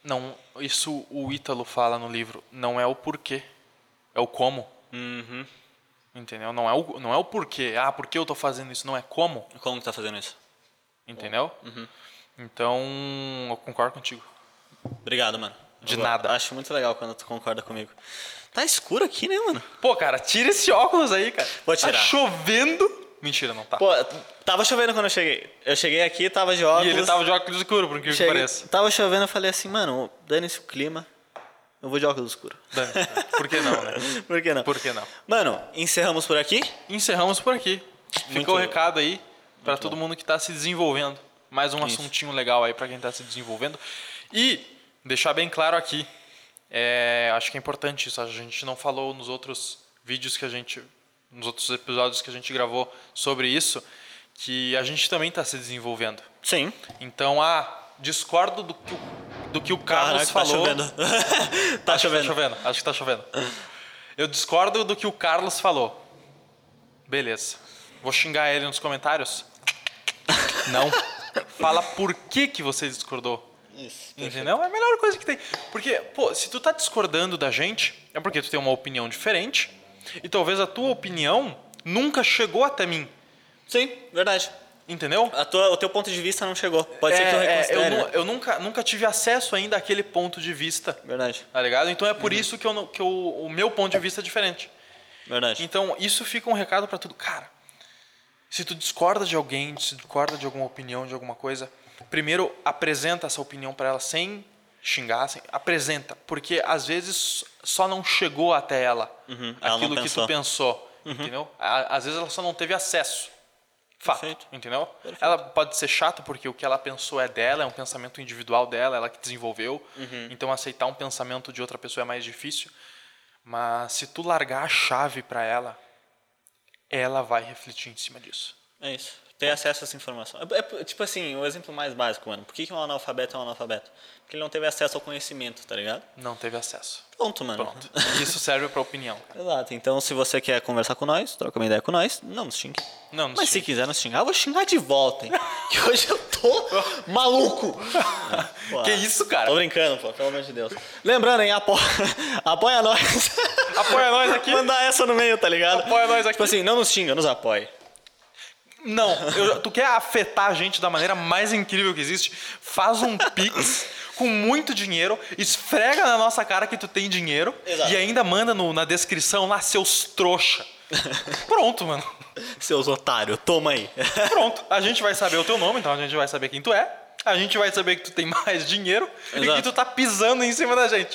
Speaker 1: não, isso o Ítalo fala no livro. Não é o porquê, é o como. Uhum. Entendeu? Não é o, não é o porquê. Ah, por que eu tô fazendo isso? Não é como.
Speaker 2: Como que tá fazendo isso?
Speaker 1: Entendeu? Então, eu concordo contigo.
Speaker 2: Obrigado, mano.
Speaker 1: De
Speaker 2: Eu
Speaker 1: nada.
Speaker 2: Acho muito legal quando tu concorda comigo. Tá escuro aqui, né, mano?
Speaker 1: Pô, cara, tira esse óculos aí, cara.
Speaker 2: Vou
Speaker 1: Tá
Speaker 2: tirar.
Speaker 1: chovendo. Mentira, não tá.
Speaker 2: Pô, tava chovendo quando eu cheguei. Eu cheguei aqui, tava de óculos.
Speaker 1: e ele tava de óculos escuro, por incrível que
Speaker 2: cheguei,
Speaker 1: pareça.
Speaker 2: Tava chovendo, eu falei assim, mano, dane-se o clima. Eu vou de
Speaker 1: <laughs>
Speaker 2: óculos escuro.
Speaker 1: Dani, por que <laughs> não, né?
Speaker 2: Por que não?
Speaker 1: Por que não?
Speaker 2: Mano, encerramos por aqui.
Speaker 1: Encerramos por aqui.
Speaker 2: Muito-
Speaker 1: Fica o recado aí pra todo mundo que tá se desenvolvendo. Mais um
Speaker 2: Isso.
Speaker 1: assuntinho legal aí pra quem tá se desenvolvendo. E deixar bem claro aqui, é, acho que é importante isso. A gente não falou nos outros vídeos que a gente, nos outros episódios que a gente gravou sobre isso, que a gente também tá se desenvolvendo.
Speaker 2: Sim.
Speaker 1: Então, ah, discordo do que o, do que o Carlos
Speaker 2: Caraca,
Speaker 1: falou.
Speaker 2: tá chovendo. <laughs> tá
Speaker 1: Acho que
Speaker 2: chovendo.
Speaker 1: tá chovendo. Acho que tá chovendo. Eu discordo do que o Carlos falou. Beleza. Vou xingar ele nos comentários? Não. Fala por que, que você discordou.
Speaker 2: Isso.
Speaker 1: Entendeu? É a melhor coisa que tem. Porque, pô, se tu tá discordando da gente, é porque tu tem uma opinião diferente. E talvez a tua opinião nunca chegou até mim.
Speaker 2: Sim, verdade.
Speaker 1: Entendeu?
Speaker 2: A tua, o teu ponto de vista não chegou. Pode ser que tu
Speaker 1: É, é, eu,
Speaker 2: reconsidere.
Speaker 1: nu- eu nunca, nunca tive acesso ainda àquele ponto de vista.
Speaker 2: Verdade,
Speaker 1: Tá ligado? Então é por
Speaker 2: Uhum.
Speaker 1: isso que, eu, não- que eu- o meu ponto de vista é diferente.
Speaker 2: verdade.
Speaker 1: Então, isso fica um recado pra tudo. Cara, se tu discorda de alguém, se discorda de alguma opinião, de alguma coisa, primeiro apresenta essa opinião pra ela sem xingar, sem, apresenta, porque às vezes só não chegou até ela
Speaker 2: Uhum, ela não
Speaker 1: aquilo que tu
Speaker 2: pensou. Uhum.
Speaker 1: pensou, entendeu? À- Às vezes ela só não teve acesso. Fato,
Speaker 2: Perfeito.
Speaker 1: entendeu? Ela pode ser chata porque o que ela pensou é dela, é um pensamento individual dela, ela que desenvolveu. Então aceitar um pensamento de outra pessoa é mais difícil. Mas se tu largar a chave pra ela, ela vai refletir em cima disso.
Speaker 2: É isso. Ter acesso a essa informação. É, é, tipo assim, o exemplo mais básico, mano. Por que, que um analfabeto é um analfabeto? Porque ele não teve acesso ao conhecimento, tá ligado?
Speaker 1: Não teve acesso.
Speaker 2: Pronto, mano.
Speaker 1: Pronto. Isso serve pra opinião. cara.
Speaker 2: Exato. Então, se você quer conversar com nós, troca uma ideia com nós, não nos xingue.
Speaker 1: Não, não
Speaker 2: Mas
Speaker 1: sei.
Speaker 2: se quiser nos xingar, eu vou xingar de
Speaker 1: <laughs>
Speaker 2: volta, hein? que hoje eu tô maluco. Pô,
Speaker 1: <laughs> Que isso, cara?
Speaker 2: Tô brincando, pô, pelo amor de Deus. Lembrando, hein? Apo... <laughs>
Speaker 1: <laughs>
Speaker 2: Apoia nós.
Speaker 1: Apoia nós aqui.
Speaker 2: Mandar essa no meio, tá ligado?
Speaker 1: Apoia nós aqui.
Speaker 2: Tipo assim, não nos xinga, nos apoie.
Speaker 1: Não, eu- tu quer afetar a gente da maneira mais incrível que existe? Faz um pix com muito dinheiro, esfrega na nossa cara que tu tem dinheiro
Speaker 2: Exato.
Speaker 1: e ainda manda no- na descrição lá seus trouxa. Pronto, mano.
Speaker 2: Seus otários, toma aí. <laughs>
Speaker 1: Pronto. A gente vai saber o teu nome, então a gente vai saber quem tu é. A gente vai saber que tu tem mais dinheiro e
Speaker 2: Exato.
Speaker 1: que tu tá pisando em cima da gente.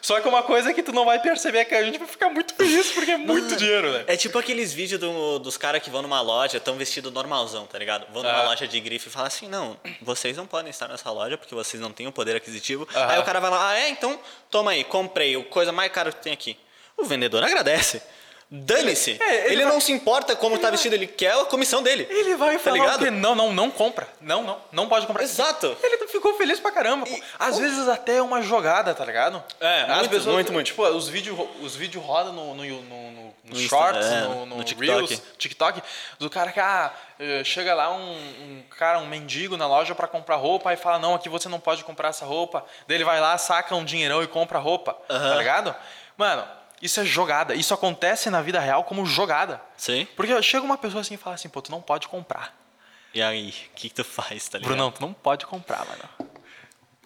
Speaker 1: Só que uma coisa que tu não vai perceber é que a gente vai ficar muito feliz porque é <laughs> muito dinheiro, né?
Speaker 2: É tipo aqueles vídeos do- dos caras que vão numa loja, tão vestido normalzão, tá ligado? Vão numa
Speaker 1: Ah.
Speaker 2: loja de grife e falam assim, não, vocês não podem estar nessa loja porque vocês não têm o poder aquisitivo.
Speaker 1: Aham.
Speaker 2: Aí o cara vai lá, ah, é, então toma aí, comprei, o coisa mais cara que tem aqui. O vendedor agradece. Dane-se.
Speaker 1: É,
Speaker 2: ele
Speaker 1: ele vai-
Speaker 2: não se importa como tá vestido, ele quer a comissão dele.
Speaker 1: Ele vai
Speaker 2: tá
Speaker 1: falar o
Speaker 2: ligado?
Speaker 1: quê? Não, não, não compra. Não, não, não pode comprar.
Speaker 2: Exato.
Speaker 1: Ele ficou feliz pra caramba. pô. Às vezes até é uma jogada, tá ligado?
Speaker 2: É,
Speaker 1: As
Speaker 2: muito,
Speaker 1: pessoas,
Speaker 2: muito, muito.
Speaker 1: Tipo, os vídeos os vídeo rodam no, no, no, no- no
Speaker 2: No Insta,
Speaker 1: Shorts,
Speaker 2: é,
Speaker 1: no, no
Speaker 2: no TikTok.
Speaker 1: Reels, TikTok, do cara que, ah, eh, chega lá um, um cara, um mendigo na loja pra comprar roupa, e fala, não, aqui você não pode comprar essa roupa. Daí ele vai lá, saca um dinheirão e compra a roupa, tá
Speaker 2: Aham.
Speaker 1: ligado? Mano, isso é jogada. Isso acontece na vida real como jogada.
Speaker 2: Sim.
Speaker 1: Porque chega uma pessoa assim e fala assim, pô, tu não pode comprar.
Speaker 2: E aí, o que, que tu faz, tá ligado?
Speaker 1: Brunão, tu não pode comprar, mano. Tu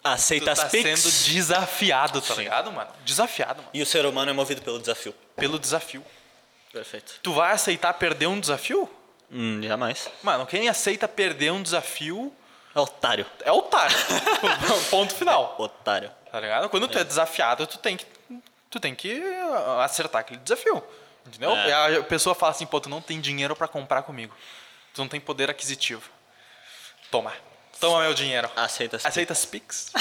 Speaker 2: aceita
Speaker 1: tá
Speaker 2: as pics.
Speaker 1: sendo desafiado, tá
Speaker 2: Sim.
Speaker 1: ligado, mano? Desafiado, mano.
Speaker 2: E o ser humano é movido pelo desafio.
Speaker 1: Pelo desafio.
Speaker 2: Perfeito.
Speaker 1: Tu vai aceitar perder um desafio?
Speaker 2: Hum, jamais.
Speaker 1: Mano, quem aceita perder um desafio
Speaker 2: É otário.
Speaker 1: é otário. <laughs> Tipo, Ponto final.
Speaker 2: Otário.
Speaker 1: Tá ligado? Quando tu é desafiado, tu tem que, tu tem que ah, acertar aquele desafio. Entendeu?
Speaker 2: É.
Speaker 1: E a pessoa fala assim, pô, tu não tem dinheiro pra comprar comigo. Tu não tem poder aquisitivo. Toma. Toma meu dinheiro.
Speaker 2: Aceita as
Speaker 1: Aceita as
Speaker 2: <laughs>
Speaker 1: Pix.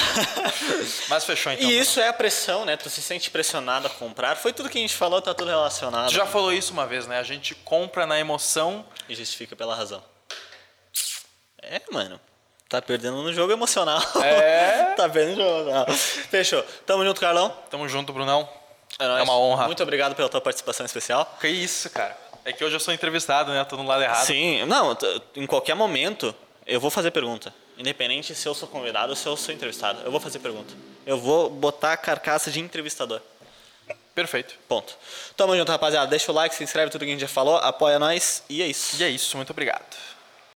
Speaker 1: Mas fechou então.
Speaker 2: E isso é a pressão, né? Tu se sente pressionado a comprar. Foi tudo que a gente falou, tá tudo relacionado.
Speaker 1: Tu já falou isso uma vez, né? A gente compra na emoção
Speaker 2: E justifica pela razão. É, mano. Tá perdendo no jogo emocional.
Speaker 1: É.
Speaker 2: <laughs> tá perdendo no jogo emocional. Fechou. Tamo junto, Carlão.
Speaker 1: Tamo junto, Brunão.
Speaker 2: É, nóis.
Speaker 1: uma honra.
Speaker 2: Muito obrigado pela tua participação especial.
Speaker 1: Que isso, cara. É que hoje eu sou entrevistado, né? Eu tô no lado errado.
Speaker 2: Sim, não, t- em qualquer momento eu vou fazer pergunta. Independente se eu sou convidado ou se eu sou entrevistado, eu vou fazer pergunta. Eu vou botar a carcaça de entrevistador.
Speaker 1: Perfeito.
Speaker 2: Ponto. Tamo junto, rapaziada. Deixa o like, se inscreve, tudo que a gente já falou, apoia nós e é isso.
Speaker 1: E é isso, muito obrigado.